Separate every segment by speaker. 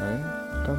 Speaker 1: 哎刚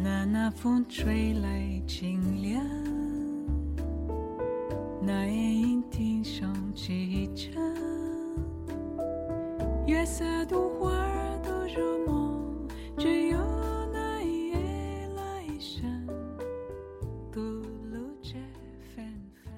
Speaker 2: 那那风吹来清凉，那夜莺啼声齐唱，月色独花儿都入梦，只有那一夜来生，独留这芬芳。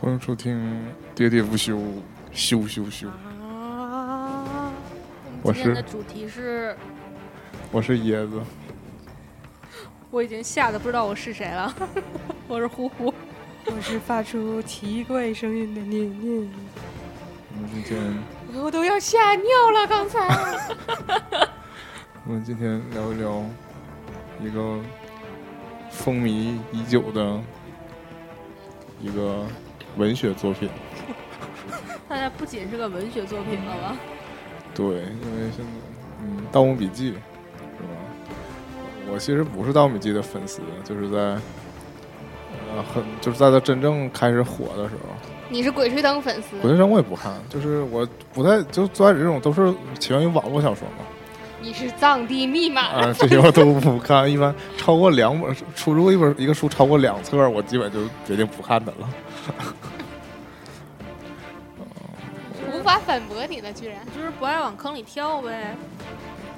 Speaker 1: 欢迎收听《喋喋不休，休休休》，
Speaker 3: 啊！
Speaker 1: 我
Speaker 3: 我
Speaker 1: 是
Speaker 3: 们今天的主题是，
Speaker 1: 我是椰子。
Speaker 3: 我已经吓得不知道我是谁了。 我是呼呼，
Speaker 4: 我是发出奇怪声音的念念，
Speaker 1: 我们今天，
Speaker 4: 我都要吓尿了。刚 才
Speaker 1: 我们今天聊一聊一个风靡已久的一个文学作品。
Speaker 3: 大家不仅是个文学作品了吧？
Speaker 1: 对，因为现在，嗯，《盗墓笔记》是吧？我其实不是《盗墓笔记》的粉丝，就是在，呃，很就是在它真正开始火的时候，
Speaker 3: 你是鬼吹灯粉丝
Speaker 1: 《鬼吹灯》我也不看，就是我不太就钻这种都是起源于网络小说嘛，
Speaker 3: 你是藏地密码
Speaker 1: 啊、 这些我都不看，一般超过两本出如果一本一个书超过两册，我基本就决定不看它了。
Speaker 5: 无法反驳你了，居然。
Speaker 3: 就是不爱往坑里跳呗，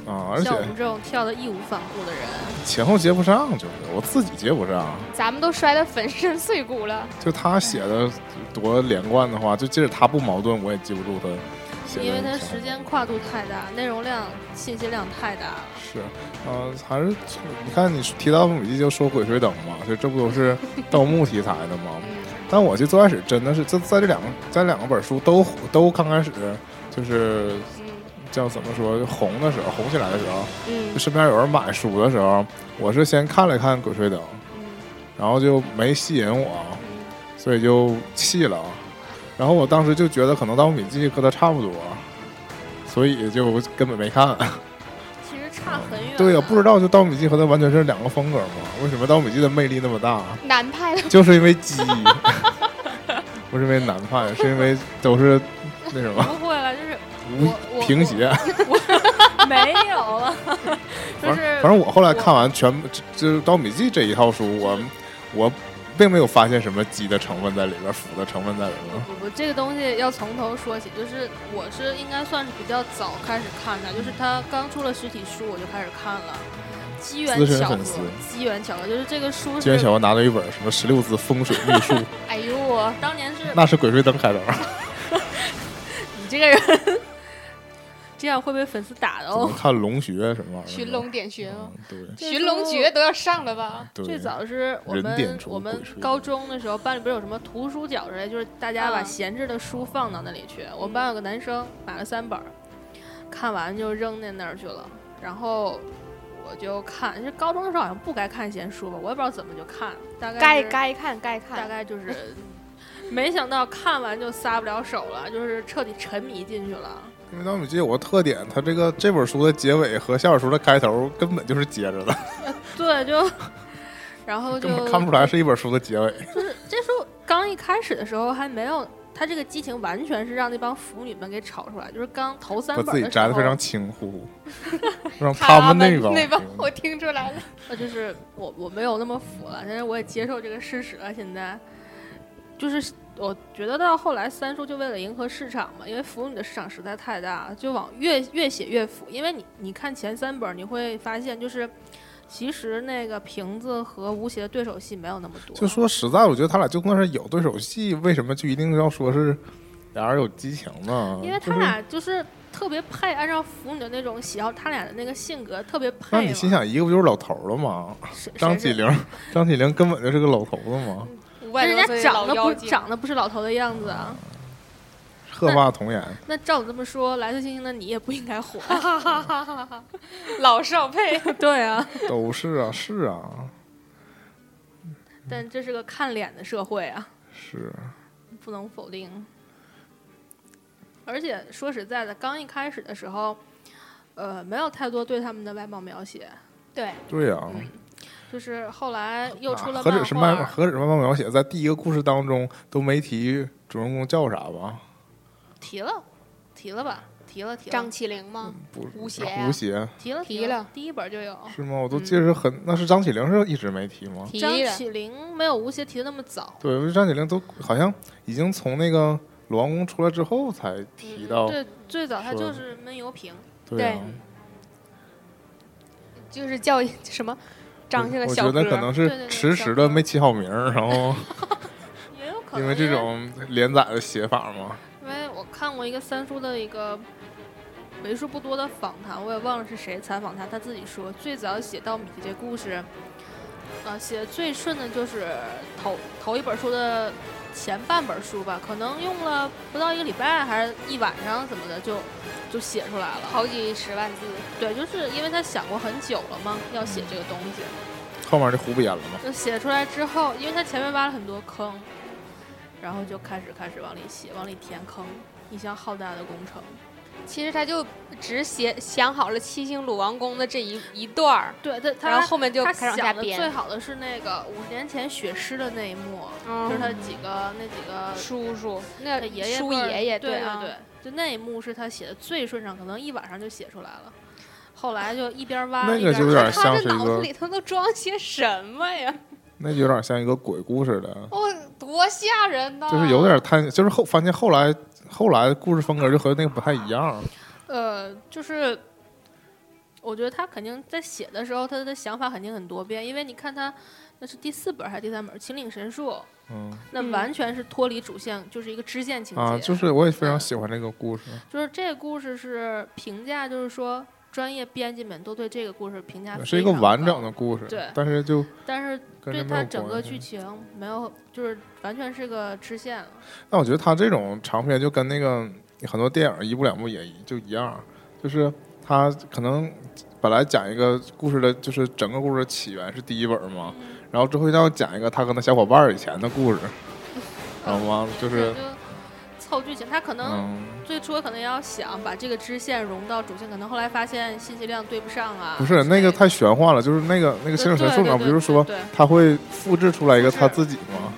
Speaker 1: 啊、而且
Speaker 3: 像我们这种跳的义无反顾的人，
Speaker 1: 前后接不上，就是我自己接不上。
Speaker 5: 咱们都摔得粉身碎骨了，
Speaker 1: 就他写的多连贯的话，就即使他不矛盾，我也记不住他写的。
Speaker 3: 因为它时间跨度太大，内容量、信息量太大了。
Speaker 1: 是，呃，还是你看你提到《盗墓笔记》就说《鬼吹灯》嘛，就这不都是盗墓题材的吗？
Speaker 3: 嗯
Speaker 1: 但我就最开始真的是在在这两个在两个本书都都刚开始就是叫怎么说就红的时候，红起来的时候，
Speaker 3: 嗯
Speaker 1: 就身边有人买书的时候，我是先看了看《鬼吹灯》，
Speaker 3: 嗯
Speaker 1: 然后就没吸引我，所以就弃了。然后我当时就觉得可能《盗墓笔记》和它差不多，所以就根本没 看。
Speaker 3: 其实差很远。
Speaker 1: 对呀、啊不知道就《盗墓笔记》和它完全是两个风格嘛？为什么《盗墓笔记》的魅力那么大？
Speaker 5: 南派的
Speaker 1: 就是因为 鸡，不是因为南派，是因为都是那什么
Speaker 3: 不会了， 就是我
Speaker 1: 无
Speaker 3: 我
Speaker 1: 平鞋。
Speaker 3: 没有了， 就
Speaker 1: 反
Speaker 3: 是
Speaker 1: 正反正我后来看完全部就就是《盗墓笔记》这一套书，我我并没有发现什么鸡的成分在里边，腐的成分在里边。
Speaker 3: 不不，这个东西要从头说起，就是我是应该算是比较早开始看的，就是它刚出了实体书我就开始看了，机缘
Speaker 1: 资深
Speaker 3: 巧合
Speaker 1: 粉丝，
Speaker 3: 机缘巧合，就是这个书
Speaker 1: 今天
Speaker 3: 是
Speaker 1: 小王拿到一本什么十六字风水秘术，
Speaker 3: 哎呦我当年是
Speaker 1: 那是《鬼吹灯》开头，
Speaker 3: 你这个人，这样会被粉丝打的
Speaker 1: 怎么
Speaker 3: 哦。
Speaker 1: 看龙穴什么玩意儿的？
Speaker 5: 寻龙点穴哦，
Speaker 1: 嗯，
Speaker 5: 寻龙诀都要上了吧？
Speaker 1: 对，
Speaker 3: 最
Speaker 1: 对。
Speaker 3: 早是我
Speaker 1: 人点
Speaker 3: 们
Speaker 1: 出
Speaker 3: 我们
Speaker 1: 鬼吹灯
Speaker 3: 高中的时候，班里不是有什么图书角之类，就是大家把
Speaker 5: 嗯
Speaker 3: 闲置的书放到那里去。
Speaker 6: 嗯
Speaker 3: 我们班有个男生买了三本儿，看完就扔在那儿去了。然后我就看，是高中的时候好像不该看闲书吧，我也不知道怎么就看，大概
Speaker 6: 该
Speaker 3: 是
Speaker 6: 该看该
Speaker 3: 大
Speaker 6: 看，
Speaker 3: 概就是，没想到看完就撒不了手了，就是彻底沉迷进去了。
Speaker 1: 因为《盗墓笔记》有个特点，它这个这本书的结尾和下本书的开头根本就是接着的，
Speaker 3: 对，就 然后就
Speaker 1: 根本看不出来是一本书的结尾。
Speaker 3: 就是这时候刚一开始的时候还没有，他这个激情完全是让那帮腐女们给炒出来，就是刚头三
Speaker 1: 把
Speaker 3: 本
Speaker 1: 自己
Speaker 3: 的时
Speaker 1: 摘
Speaker 3: 候，
Speaker 1: 的非常轻乎 乎，让他们那嗯帮
Speaker 5: 那帮
Speaker 1: 人
Speaker 5: 我听出来了，
Speaker 3: 呃就是我我没有那么腐了，但是我也接受这个事实了。现在就是我觉得到后来三叔就为了迎合市场嘛，因为腐女的市场实在太大了，就往越越写越腐。因为你你看前三本，你会发现就是。其实那个瓶子和吴邪的对手戏没有那么多，
Speaker 1: 就说实在，我觉得他俩就算是有对手戏，为什么就一定要说是俩人有激情呢？
Speaker 3: 因为
Speaker 1: 啊就
Speaker 3: 他
Speaker 1: 是
Speaker 3: 俩就是特别配，按照腐女的那种喜好，他俩的那个性格特别配嘛。
Speaker 1: 那你心想，一个不就是老头儿了吗？
Speaker 3: 谁
Speaker 1: 张
Speaker 3: 谁
Speaker 1: 起
Speaker 3: 是嗯
Speaker 1: 灵，张起灵根本就是个老头子嘛，
Speaker 5: 五
Speaker 3: 但
Speaker 5: 百
Speaker 3: 人
Speaker 5: 多
Speaker 3: 家
Speaker 5: 岁
Speaker 3: 长
Speaker 5: 老
Speaker 3: 得
Speaker 5: 妖
Speaker 3: 不
Speaker 5: 精，
Speaker 3: 长得不是老头的样子啊。
Speaker 1: 鹤发童颜。
Speaker 3: 那照你这么说，来自星星的你也不应 该火。
Speaker 5: 老少配。
Speaker 3: 对啊，
Speaker 1: 都是啊，是啊，
Speaker 3: 但这是个看脸的社会啊，
Speaker 1: 是
Speaker 3: 不能否定。而且说实在的，刚一开始的时候，呃，没有太多对他们的外貌描写，
Speaker 5: 对，
Speaker 1: 对啊。
Speaker 3: 就是后来嗯又
Speaker 1: 啊
Speaker 3: 出了
Speaker 1: 何止是
Speaker 3: 漫
Speaker 1: 漫，
Speaker 3: 画，
Speaker 1: 何止是漫画描写，在第一个故事当中都没提主人公叫啥吧？
Speaker 3: 提了，提了吧，提了 提了，
Speaker 5: 张起灵吗？
Speaker 1: 不，
Speaker 5: 吴邪呀
Speaker 1: 吴邪
Speaker 3: 提了
Speaker 5: 提
Speaker 3: 了
Speaker 5: 了，
Speaker 3: 第一本就 有。
Speaker 1: 是吗？我都
Speaker 3: 嗯
Speaker 1: 记得是很，那是张起灵是一直没提吗？
Speaker 5: 提
Speaker 3: 张
Speaker 5: 了
Speaker 3: 起灵没有吴邪提的那么早，
Speaker 1: 对，我觉得张起灵都好像已经从那个鲁王宫出来之后才提
Speaker 3: 嗯
Speaker 1: 到，
Speaker 3: 对，最早他
Speaker 1: 说
Speaker 3: 就是闷油瓶。
Speaker 1: 对啊，
Speaker 5: 就是叫一什么张姓的
Speaker 1: 我
Speaker 5: 小
Speaker 1: 觉
Speaker 5: 哥
Speaker 1: 得，可能
Speaker 3: 对对
Speaker 1: 是
Speaker 3: 对
Speaker 1: 迟
Speaker 3: 小
Speaker 1: 迟
Speaker 3: 哥
Speaker 1: 的没起好名儿，然后
Speaker 3: 也有可能
Speaker 1: 因为这，种连载的写法嘛，
Speaker 3: 因为我看过一个三叔的一个为数不多的访谈，我也忘了是谁采访他，他自己说最早写稻米这故事，呃，写得最顺的就是头头一本书的前半本书吧，可能用了不到一个礼拜还是一晚上怎么的就就写出来了。
Speaker 5: 好几十万字，
Speaker 3: 对，就是因为他想过很久了嘛，要写这个东西。
Speaker 1: 后面就胡编了嘛。
Speaker 3: 就写出来之后，因为他前面挖了很多坑，然后就开始开始往里写，往里填坑，一项浩大的工程。
Speaker 5: 其实他就只写想好了七星鲁王宫的这一一段儿，
Speaker 3: 对他，他
Speaker 5: 然后后面就
Speaker 3: 他
Speaker 5: 开始往下
Speaker 3: 想的最
Speaker 5: 编。
Speaker 3: 好的是那个五十年前写诗的那一幕，
Speaker 5: 嗯
Speaker 3: 就是他几个那几个
Speaker 5: 叔叔，那
Speaker 3: 他爷爷
Speaker 5: 叔
Speaker 3: 辈儿
Speaker 5: 爷爷，
Speaker 3: 对
Speaker 5: 啊，
Speaker 3: 对，就那一幕是他写的最顺畅，可能一晚上就写出来了。后来就一边挖
Speaker 1: 那
Speaker 3: 一
Speaker 1: 个
Speaker 3: 边
Speaker 1: 就有点
Speaker 5: 他
Speaker 1: 像
Speaker 5: 这
Speaker 1: 是一
Speaker 5: 脑子
Speaker 1: 个，
Speaker 5: 里头都装些什么呀？
Speaker 1: 那就有点像一个鬼故事的，
Speaker 5: 哦，多吓人呐！
Speaker 1: 就是有点探，就是后发现后来后来故事风格就和那个不太一样。
Speaker 3: 呃，就是我觉得他肯定在写的时候，他的想法肯定很多变，因为你看他那是第四本还是第三本《秦岭神树》，
Speaker 1: 嗯
Speaker 3: 那
Speaker 5: 嗯
Speaker 3: 完全是脱离主线，就是一个支线情节。
Speaker 1: 啊，就是我也非
Speaker 3: 嗯
Speaker 1: 常喜欢这个故事。
Speaker 3: 就是这个故事是评价，就是说专业编辑们都对这个故事评价
Speaker 1: 是一个完整
Speaker 3: 的，
Speaker 1: 的故事，
Speaker 3: 对
Speaker 1: 但是就
Speaker 3: 但是
Speaker 1: 跟
Speaker 3: 对
Speaker 1: 这没
Speaker 3: 它
Speaker 1: 有
Speaker 3: 整个
Speaker 1: 关系
Speaker 3: 剧情没有，就是完全是个支线了。
Speaker 1: 但我觉得他这种长篇就跟那个很多电影一部两部也一就一样，就是他可能本来讲一个故事的，就是整个故事的起源是第一本嘛，
Speaker 3: 嗯
Speaker 1: 然后之后要讲一个他跟他小伙伴儿以前的 故事，知道吗？啊就
Speaker 3: 对
Speaker 1: 是
Speaker 3: 就凑剧情，他可能
Speaker 1: 嗯，
Speaker 3: 最初可能要想把这个支线融到主线，可能后来发现信息量对不上啊。
Speaker 1: 不是那个太玄幻了，就是那个那个《星
Speaker 3: 对
Speaker 1: 岭神
Speaker 3: 对
Speaker 1: 树》里面
Speaker 3: 对
Speaker 1: 不
Speaker 3: 对
Speaker 1: 就是说
Speaker 3: 对
Speaker 1: 他会复制出来一个
Speaker 3: 复制
Speaker 1: 他自己吗？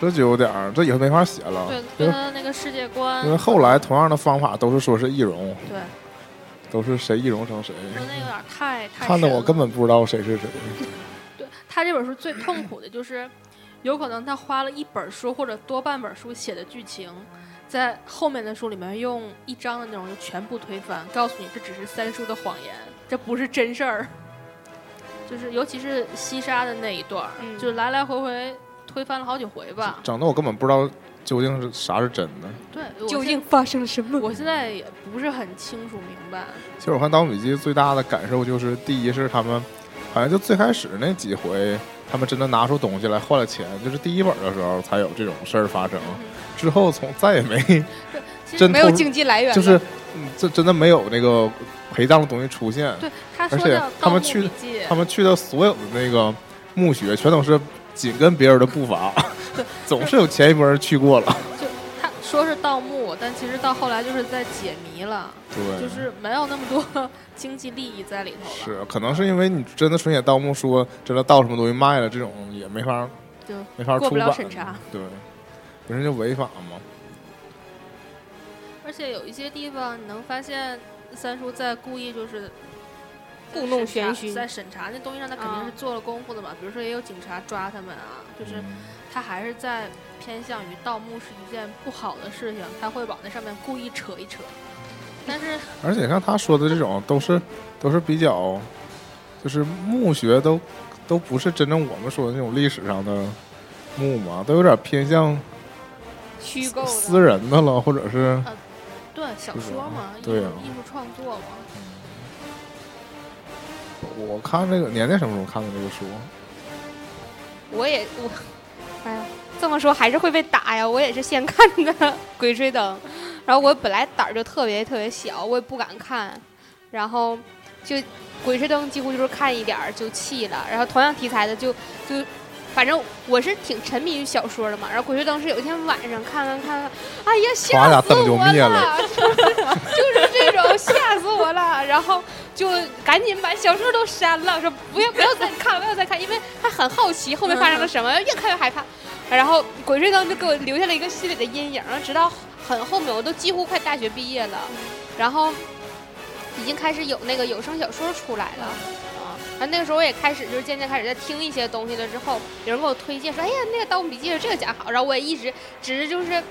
Speaker 1: 这就有点儿，这以后没法写了，
Speaker 3: 对
Speaker 1: 啊因
Speaker 3: 对
Speaker 1: 为
Speaker 3: 他的那个世界观，
Speaker 1: 因为后来同样的方法都是说是易容，
Speaker 3: 对
Speaker 1: 都是谁易容成谁。
Speaker 3: 说那有点太太
Speaker 1: 看得
Speaker 3: 神
Speaker 1: 我
Speaker 3: 了
Speaker 1: 根本不知道谁是谁。
Speaker 3: 对他这本书最痛苦的就是，有可能他花了一本书或者多半本书写的剧情，在后面的书里面用一章的内容就全部推翻，告诉你这只是三叔的谎言，这不是真事儿。就是尤其是西沙的那一段儿，
Speaker 5: 嗯
Speaker 3: 就来来回回推翻了好几回吧。
Speaker 1: 整的我根本不知道究竟是啥是真的。
Speaker 3: 对，我
Speaker 4: 究
Speaker 3: 现
Speaker 4: 竟发生了什么？
Speaker 3: 我现在也不是很清楚明白。
Speaker 1: 其实我看《盗墓笔记》最大的感受就是，第一是他们好像就最开始那几回，他们真的拿出东西来换了钱，就是第一本的时候才有这种事儿发生，之后从再也没
Speaker 3: 嗯 其实
Speaker 1: 真
Speaker 5: 没有
Speaker 1: 投入
Speaker 5: 经济来源了，
Speaker 1: 就是嗯这真的没有那个陪葬的东西出现。
Speaker 3: 对他
Speaker 1: 而
Speaker 3: 说
Speaker 1: 且
Speaker 3: 的《
Speaker 1: 他
Speaker 3: 盗
Speaker 1: 们
Speaker 3: 墓
Speaker 1: 去
Speaker 3: 笔记》，
Speaker 1: 他们去的所有的那个墓穴，全都是紧跟别人的步 伐，总是有前一波人去过了。
Speaker 3: 他说是盗墓，但其实到后来就是在解谜了。
Speaker 1: 对，
Speaker 3: 就是没有那么多经济利益在里头了，
Speaker 1: 是，可能是因为你真的纯写盗墓说真的盗什么东西卖了，这种也没法
Speaker 3: 就
Speaker 1: 没法
Speaker 3: 过
Speaker 1: 出
Speaker 3: 不
Speaker 1: 版，
Speaker 3: 了审查。
Speaker 1: 对，本身就违法嘛。
Speaker 3: 而且有一些地方你能发现三叔在故意就是
Speaker 5: 故弄玄虚
Speaker 3: 在审查那东西上，他肯定是做了功夫的嘛。比如说，也有警察抓他们啊，就是
Speaker 1: 嗯
Speaker 3: 他还是在偏向于盗墓是一件不好的事情，他会往那上面故意扯一扯。但是
Speaker 1: 而且像他说的这种，都是都是比较，就是墓学都都不是真正我们说的那种历史上的墓嘛，都有点偏向
Speaker 5: 虚构
Speaker 1: 私
Speaker 5: 的。
Speaker 1: 人的了，或者是
Speaker 3: 对小
Speaker 1: 是
Speaker 3: 说
Speaker 1: 啊
Speaker 3: 嘛，艺术
Speaker 1: 对啊
Speaker 3: 艺术创作嘛，
Speaker 1: 我看这个年年什么时候看的这个书？
Speaker 5: 我也我，哎呀，这么说还是会被打呀。我也是先看的 《鬼吹灯》，然后我本来胆儿就特别特别小，我也不敢看，然后就《鬼吹灯》几乎就是看一点儿就弃了。然后同样题材的就就，反正我是挺沉迷于小说的嘛。然后《鬼吹灯》是有一天晚上看看看看，哎呀，
Speaker 1: 哗啦
Speaker 5: 吓死
Speaker 1: 灯就
Speaker 5: 我
Speaker 1: 灭
Speaker 5: 了，就是这种吓死我了。然后就赶紧把小说都删了，我说不要不要再看了，不要再看，因为他很好奇后面发生了什么，越看越害怕。然后《鬼吹灯》就给我留下了一个心理的阴影，直到很后面，我都几乎快大学毕业了，然后已经开始有那个有声小说出来了。啊，然后那个时候我也开始就是渐渐开始在听一些东西了，之后有人给我推荐说，哎呀，那个《盗墓笔记》这个讲好，然后我也一直只是就是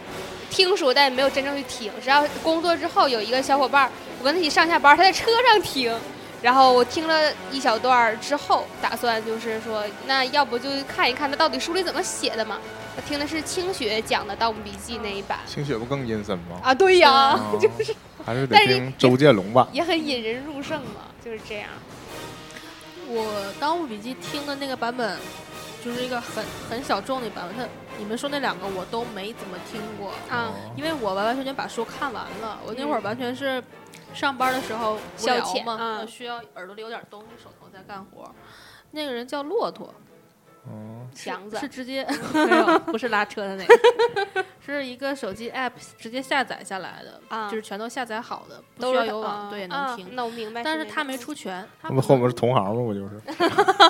Speaker 5: 听说，但也没有真正去听。直到工作之后，有一个小伙伴儿，我跟他一起上下班儿，他在车上听，然后我听了一小段儿之后，打算就是说，那要不就看一看他到底书里怎么写的嘛。我听的是清雪讲的《盗墓笔记》那一版
Speaker 1: 清雪不更阴森吗？
Speaker 5: 啊，对呀、
Speaker 1: 就是还是得
Speaker 5: 但是
Speaker 1: 听周建龙吧。
Speaker 5: 也很引人入胜嘛，就是这样。
Speaker 3: 我《盗墓笔记》听的那个版本，就是一个很很小众的版本。他你们说那两个我都没怎么听过，
Speaker 5: 啊，
Speaker 1: 哦
Speaker 3: 因为我完完全全把书看完了。我那会儿
Speaker 5: 嗯
Speaker 3: 完全是上班的时候无
Speaker 5: 消
Speaker 3: 聊
Speaker 5: 遣
Speaker 3: 嘛，呃
Speaker 5: 嗯
Speaker 3: 需要耳朵里有点东西，手头在干活。那个人叫骆驼，
Speaker 1: 嗯
Speaker 3: 是
Speaker 5: 祥子
Speaker 3: 是直接 没有，不是拉车的那个， 是一个手机 app 直接下载下来的，
Speaker 5: 啊
Speaker 3: 就是全都下载好的，不
Speaker 5: 都是
Speaker 3: 需要
Speaker 5: 他
Speaker 3: 有网，
Speaker 5: 啊
Speaker 3: 对，也
Speaker 5: 啊
Speaker 3: 能听。
Speaker 5: 那我明白，
Speaker 3: 嗯但是
Speaker 5: 那
Speaker 3: 他
Speaker 5: 个
Speaker 3: 没出全，他
Speaker 1: 嗯那不
Speaker 3: 可
Speaker 1: 和我
Speaker 3: 能
Speaker 1: 们是同行吗？不 就是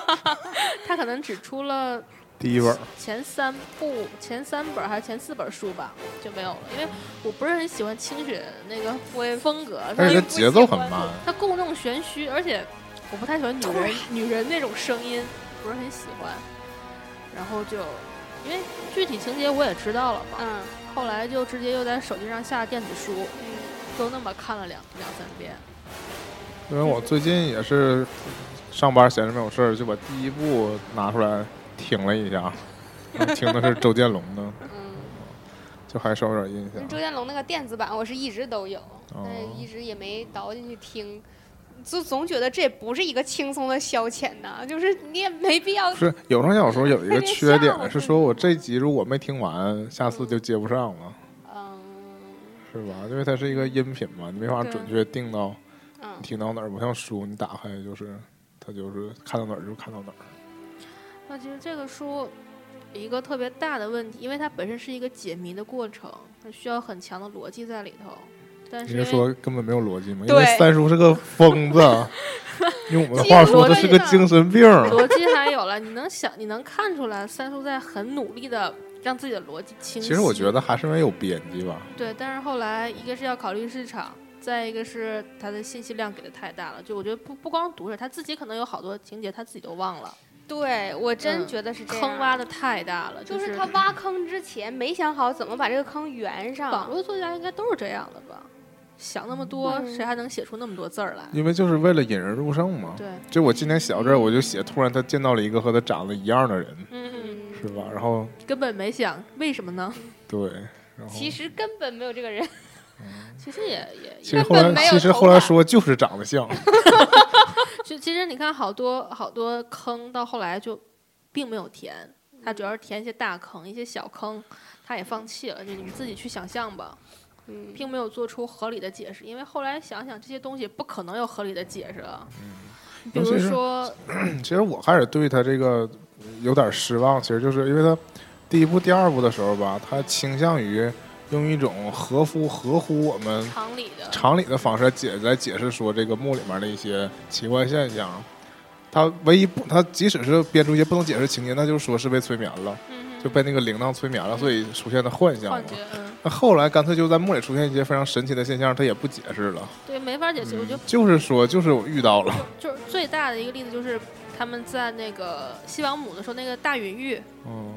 Speaker 3: 他可能只出了
Speaker 1: 第一本？
Speaker 3: 前三部、前三本还是前四本书吧，就没有了，因为我不是很喜欢清雪那个风格，
Speaker 1: 而且它
Speaker 3: 它
Speaker 1: 节奏很慢，
Speaker 3: 它故弄玄虚，而且我不太喜欢女人女人那种声音，不是很喜欢。然后就因为具体情节我也知道了嘛，
Speaker 5: 嗯
Speaker 3: 后来就直接又在手机上下电子书，
Speaker 5: 嗯
Speaker 3: 都那么看了两两三遍。
Speaker 1: 因为我最近也是上班闲着没有事儿，就把第一部拿出来听了一下，听的是周建龙 的，
Speaker 5: 嗯。
Speaker 1: 就还稍微有点
Speaker 3: 啊
Speaker 1: 印
Speaker 5: 那
Speaker 1: 象。
Speaker 5: 周建龙那个电子版我是一直都有，但是
Speaker 1: 哦
Speaker 5: 一直也没倒进去听，就总觉得这也不是一个轻松的消遣呐、就是你也没必要
Speaker 1: 不。是有声小说有一个缺
Speaker 5: 特别吓我
Speaker 1: 点是说，我这集如果没听完，下次就接不上了，
Speaker 5: 嗯
Speaker 1: 是吧？因为它是一个音频嘛，你没法
Speaker 5: 对
Speaker 1: 准确定到
Speaker 5: 嗯，
Speaker 1: 听到哪儿，不像书，你打开就是它就是看到哪儿就看到哪儿。
Speaker 3: 那其实这个书有一个特别大的问题，因为它本身是一个解谜的过程，它需要很强的逻辑在里头。但
Speaker 1: 你
Speaker 3: 是
Speaker 1: 是
Speaker 3: 因为
Speaker 1: 说根本没有逻辑吗？因
Speaker 5: 对
Speaker 1: 为三叔是个疯子，啊用我们的话说，他是个精神病。啊
Speaker 3: 逻辑还有了，你能想，你能看出来三叔在很努力的让自己的逻辑清晰。
Speaker 1: 其实我觉得还是因为有编辑吧，
Speaker 3: 对，但是后来一个是要考虑市场，再一个是他的信息量给的太大了，就我觉得不不光读者他自己可能有好多情节他自己都忘了，
Speaker 5: 对我真
Speaker 3: 嗯
Speaker 5: 觉得是这样
Speaker 3: 坑挖的太大了，
Speaker 5: 就是是他挖坑之前没想好怎么把这个坑圆
Speaker 3: 网
Speaker 5: 上。
Speaker 3: 络作家应该都是这样的吧？想那么多，谁还能写出那么多字儿来？
Speaker 1: 因为就是为了引人入胜嘛。
Speaker 3: 对，
Speaker 1: 就我今天写到这儿，我就写，突然他见到了一个和他长得一样的人，
Speaker 3: 嗯，
Speaker 5: 嗯，
Speaker 1: 是吧？然后
Speaker 3: 根本没想，为什么呢？
Speaker 1: 对，然后
Speaker 5: 其实根本没有这个人，
Speaker 3: 其实也也
Speaker 1: 其实后
Speaker 5: 根本没
Speaker 1: 来
Speaker 5: 有
Speaker 1: 其实后来说就是长得像，
Speaker 3: 就其实你看，好多好多坑到后来就并没有填，他主要是填一些大坑，一些小坑他也放弃了，就你们自己去想象吧，
Speaker 5: 嗯，
Speaker 3: 并没有做出合理的解释。因为后来想想，这些东西不可能有合理的解释了。
Speaker 1: 嗯
Speaker 3: 比
Speaker 1: 尤其
Speaker 3: 如
Speaker 1: 是
Speaker 3: 说，
Speaker 1: 其实我开始对他这个有点失望，其实就是因为他第一部、第二部的时候吧，他倾向于用一种合乎合乎我们
Speaker 3: 常理的，
Speaker 1: 常理的方式来解来解释说这个墓里面的一些奇怪现象。他唯一不，他即使是编出一些不能解释情节，那就是说是被催眠了，
Speaker 3: 嗯
Speaker 1: 就被那个铃铛催眠了，所以出现的幻象嘛
Speaker 3: 幻。觉，嗯，
Speaker 1: 那后来干脆就在墓里出现一些非常神奇的现象，他也不解释了，嗯
Speaker 3: 对，没法解释。我觉得
Speaker 1: 就是说就是我遇到了，
Speaker 3: 就是最大的一个例子就是他们在那个西王母的时候，那个大允玉
Speaker 1: 嗯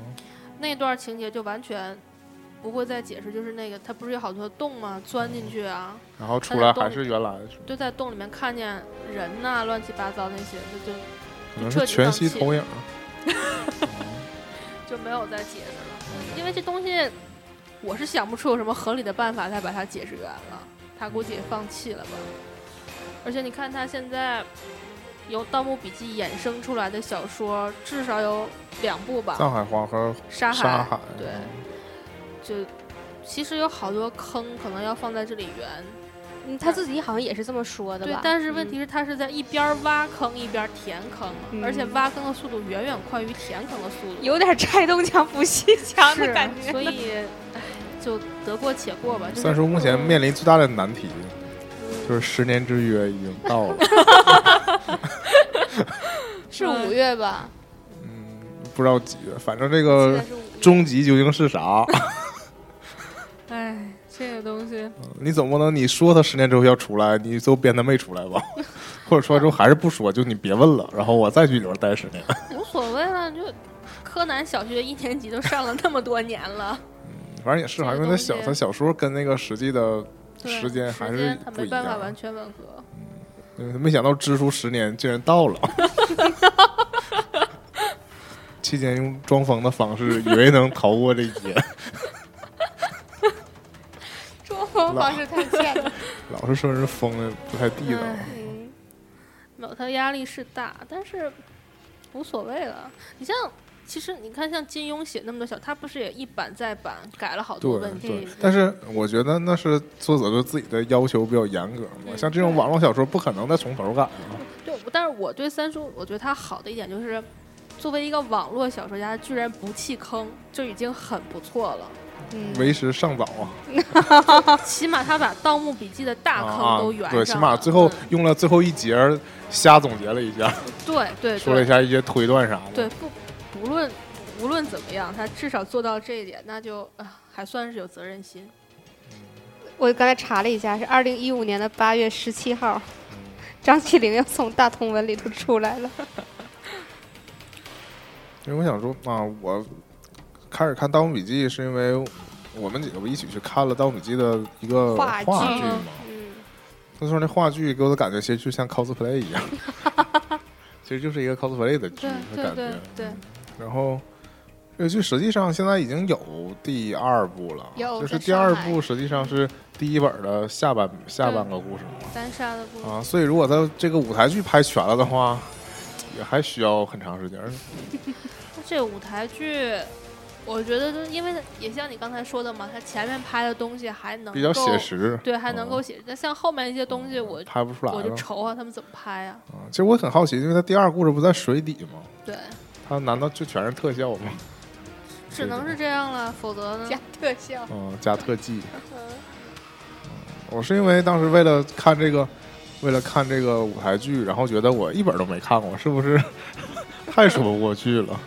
Speaker 3: 那段情节就完全不会再解释，就是那个他不是有好多洞吗？钻进去啊，
Speaker 1: 然后出来还是原来的，
Speaker 3: 就在洞里面看见人呐、乱七八糟那些，就就
Speaker 1: 可能是全息投影，
Speaker 3: 就没有再解释了，因为这东西我是想不出有什么合理的办法再把它解释圆了，他估计也放弃了吧。而且你看他现在由《盗墓笔记》衍生出来的小说，至少有两部吧，
Speaker 1: 藏海黄河
Speaker 3: 沙海》
Speaker 1: 哦沙海，
Speaker 3: 啊
Speaker 1: 嗯
Speaker 3: 对，就其实有好多坑可能要放在这里圆，嗯
Speaker 5: 嗯他自己好像也是这么说的
Speaker 3: 对
Speaker 5: 吧？，嗯
Speaker 3: 但是问题是他是在一边挖坑一边填坑，
Speaker 4: 嗯
Speaker 3: 而且挖坑的速度远远快于填坑的速度，
Speaker 5: 有点拆东墙补西墙的
Speaker 3: 是
Speaker 5: 感觉。
Speaker 3: 所 以，哎，就得过且过吧。就是
Speaker 1: 算是目前面临最大的难题，就是十年之约已经到了，
Speaker 5: 是五月吧？
Speaker 1: 嗯，不知道几月，反正这
Speaker 5: 现
Speaker 1: 个
Speaker 5: 在是五月。
Speaker 1: 终极究竟是啥？
Speaker 3: 哎，这个东西，
Speaker 1: 你总不能你说他十年之后要出来，你都编他没出来 吧？或者说之后还是不说，就你别问了，然后我再去里边待十 年。
Speaker 3: 无所谓了，就柯南小学一年级都上了那么多年了，
Speaker 1: 反正也是哈，因为他小
Speaker 3: 这个东西
Speaker 1: 他小说跟那个实际的
Speaker 3: 对
Speaker 1: 时间还
Speaker 3: 时
Speaker 1: 是
Speaker 3: 间他
Speaker 1: 不
Speaker 3: 没
Speaker 1: 一
Speaker 3: 办法
Speaker 1: 样啊
Speaker 3: 完。全吻合。
Speaker 1: 嗯没想到支书十年竟然到了， 期间用装疯的方式，以为能逃过这一劫，
Speaker 5: 中国方式太欠了。
Speaker 1: 老是说人疯的不太地道。
Speaker 3: 哎没有，他压力是大，但是无所谓了。你像，其实你看，像金庸写那么多小，他不是也一版再版改了好多
Speaker 1: 对
Speaker 3: 问
Speaker 1: 对
Speaker 3: 题？，
Speaker 1: 但是我觉得那是作者对自己的要求比较严格嘛，
Speaker 3: 嗯
Speaker 1: 像这种
Speaker 3: 对
Speaker 1: 网络小说不可能再从头改了。
Speaker 3: 对，我但是我对三叔，我觉得他好的一点就是，作为一个网络小说家，居然不弃坑，就已经很不错了。
Speaker 5: 嗯
Speaker 1: 为时尚早啊，
Speaker 3: 起码他把《盗墓笔记》的大
Speaker 1: 啊
Speaker 3: 坑都圆上了、
Speaker 1: 对，起码最后
Speaker 3: 嗯
Speaker 1: 用了最后一节儿瞎总结了一下，
Speaker 3: 对对
Speaker 1: 说了一
Speaker 3: 对
Speaker 1: 下一些推断啥的。
Speaker 3: 对，不不论无论怎么样，他至少做到这一点，那就啊还算是有责任心。
Speaker 5: 我刚才查了一下，是二零一五年的八月十七号，张起灵要从大同文里头出来了。
Speaker 1: 因为我想说啊，我开始看《盗墓笔记》是因为我们几个不一起去看了《盗墓笔记》的一个
Speaker 5: 话
Speaker 1: 话
Speaker 5: 剧
Speaker 1: 剧嘛。他说那话剧给我的感觉其实就像 cosplay 一样，其实就是一个 cosplay 的剧
Speaker 3: 对
Speaker 1: 的
Speaker 3: 对
Speaker 1: 感
Speaker 3: 对
Speaker 1: 觉。嗯
Speaker 3: 对，
Speaker 1: 然后这个剧实际上现在已经有第二部了，
Speaker 5: 有
Speaker 1: 就是
Speaker 5: 在
Speaker 1: 第二
Speaker 5: 上海
Speaker 1: 部实际上是第一本的下半下半个故事嘛。
Speaker 3: 单杀的部分。
Speaker 1: 啊，所以如果他这个舞台剧拍全了的话，也还需要很长时间。
Speaker 3: 这舞台剧，我觉得就是因为也像你刚才说的嘛，他前面拍的东西还能
Speaker 1: 比较
Speaker 3: 够
Speaker 1: 写实，
Speaker 3: 对，还能
Speaker 1: 嗯
Speaker 3: 够写。那、像后面一些东西我，
Speaker 1: 拍不出
Speaker 3: 我
Speaker 1: 来
Speaker 3: 就
Speaker 1: 了。
Speaker 3: 愁啊，他们怎么拍啊？
Speaker 1: 啊其实我很好奇，因为他第二故事不在水底吗？
Speaker 3: 对，
Speaker 1: 他难道就全是特效吗？
Speaker 3: 只能是这样了，否则呢？
Speaker 5: 加特效，
Speaker 1: 嗯，加特技。嗯我是因为当时为了看这个，为了看这个舞台剧，然后觉得我一本都没看过，是不是 太说不过去了？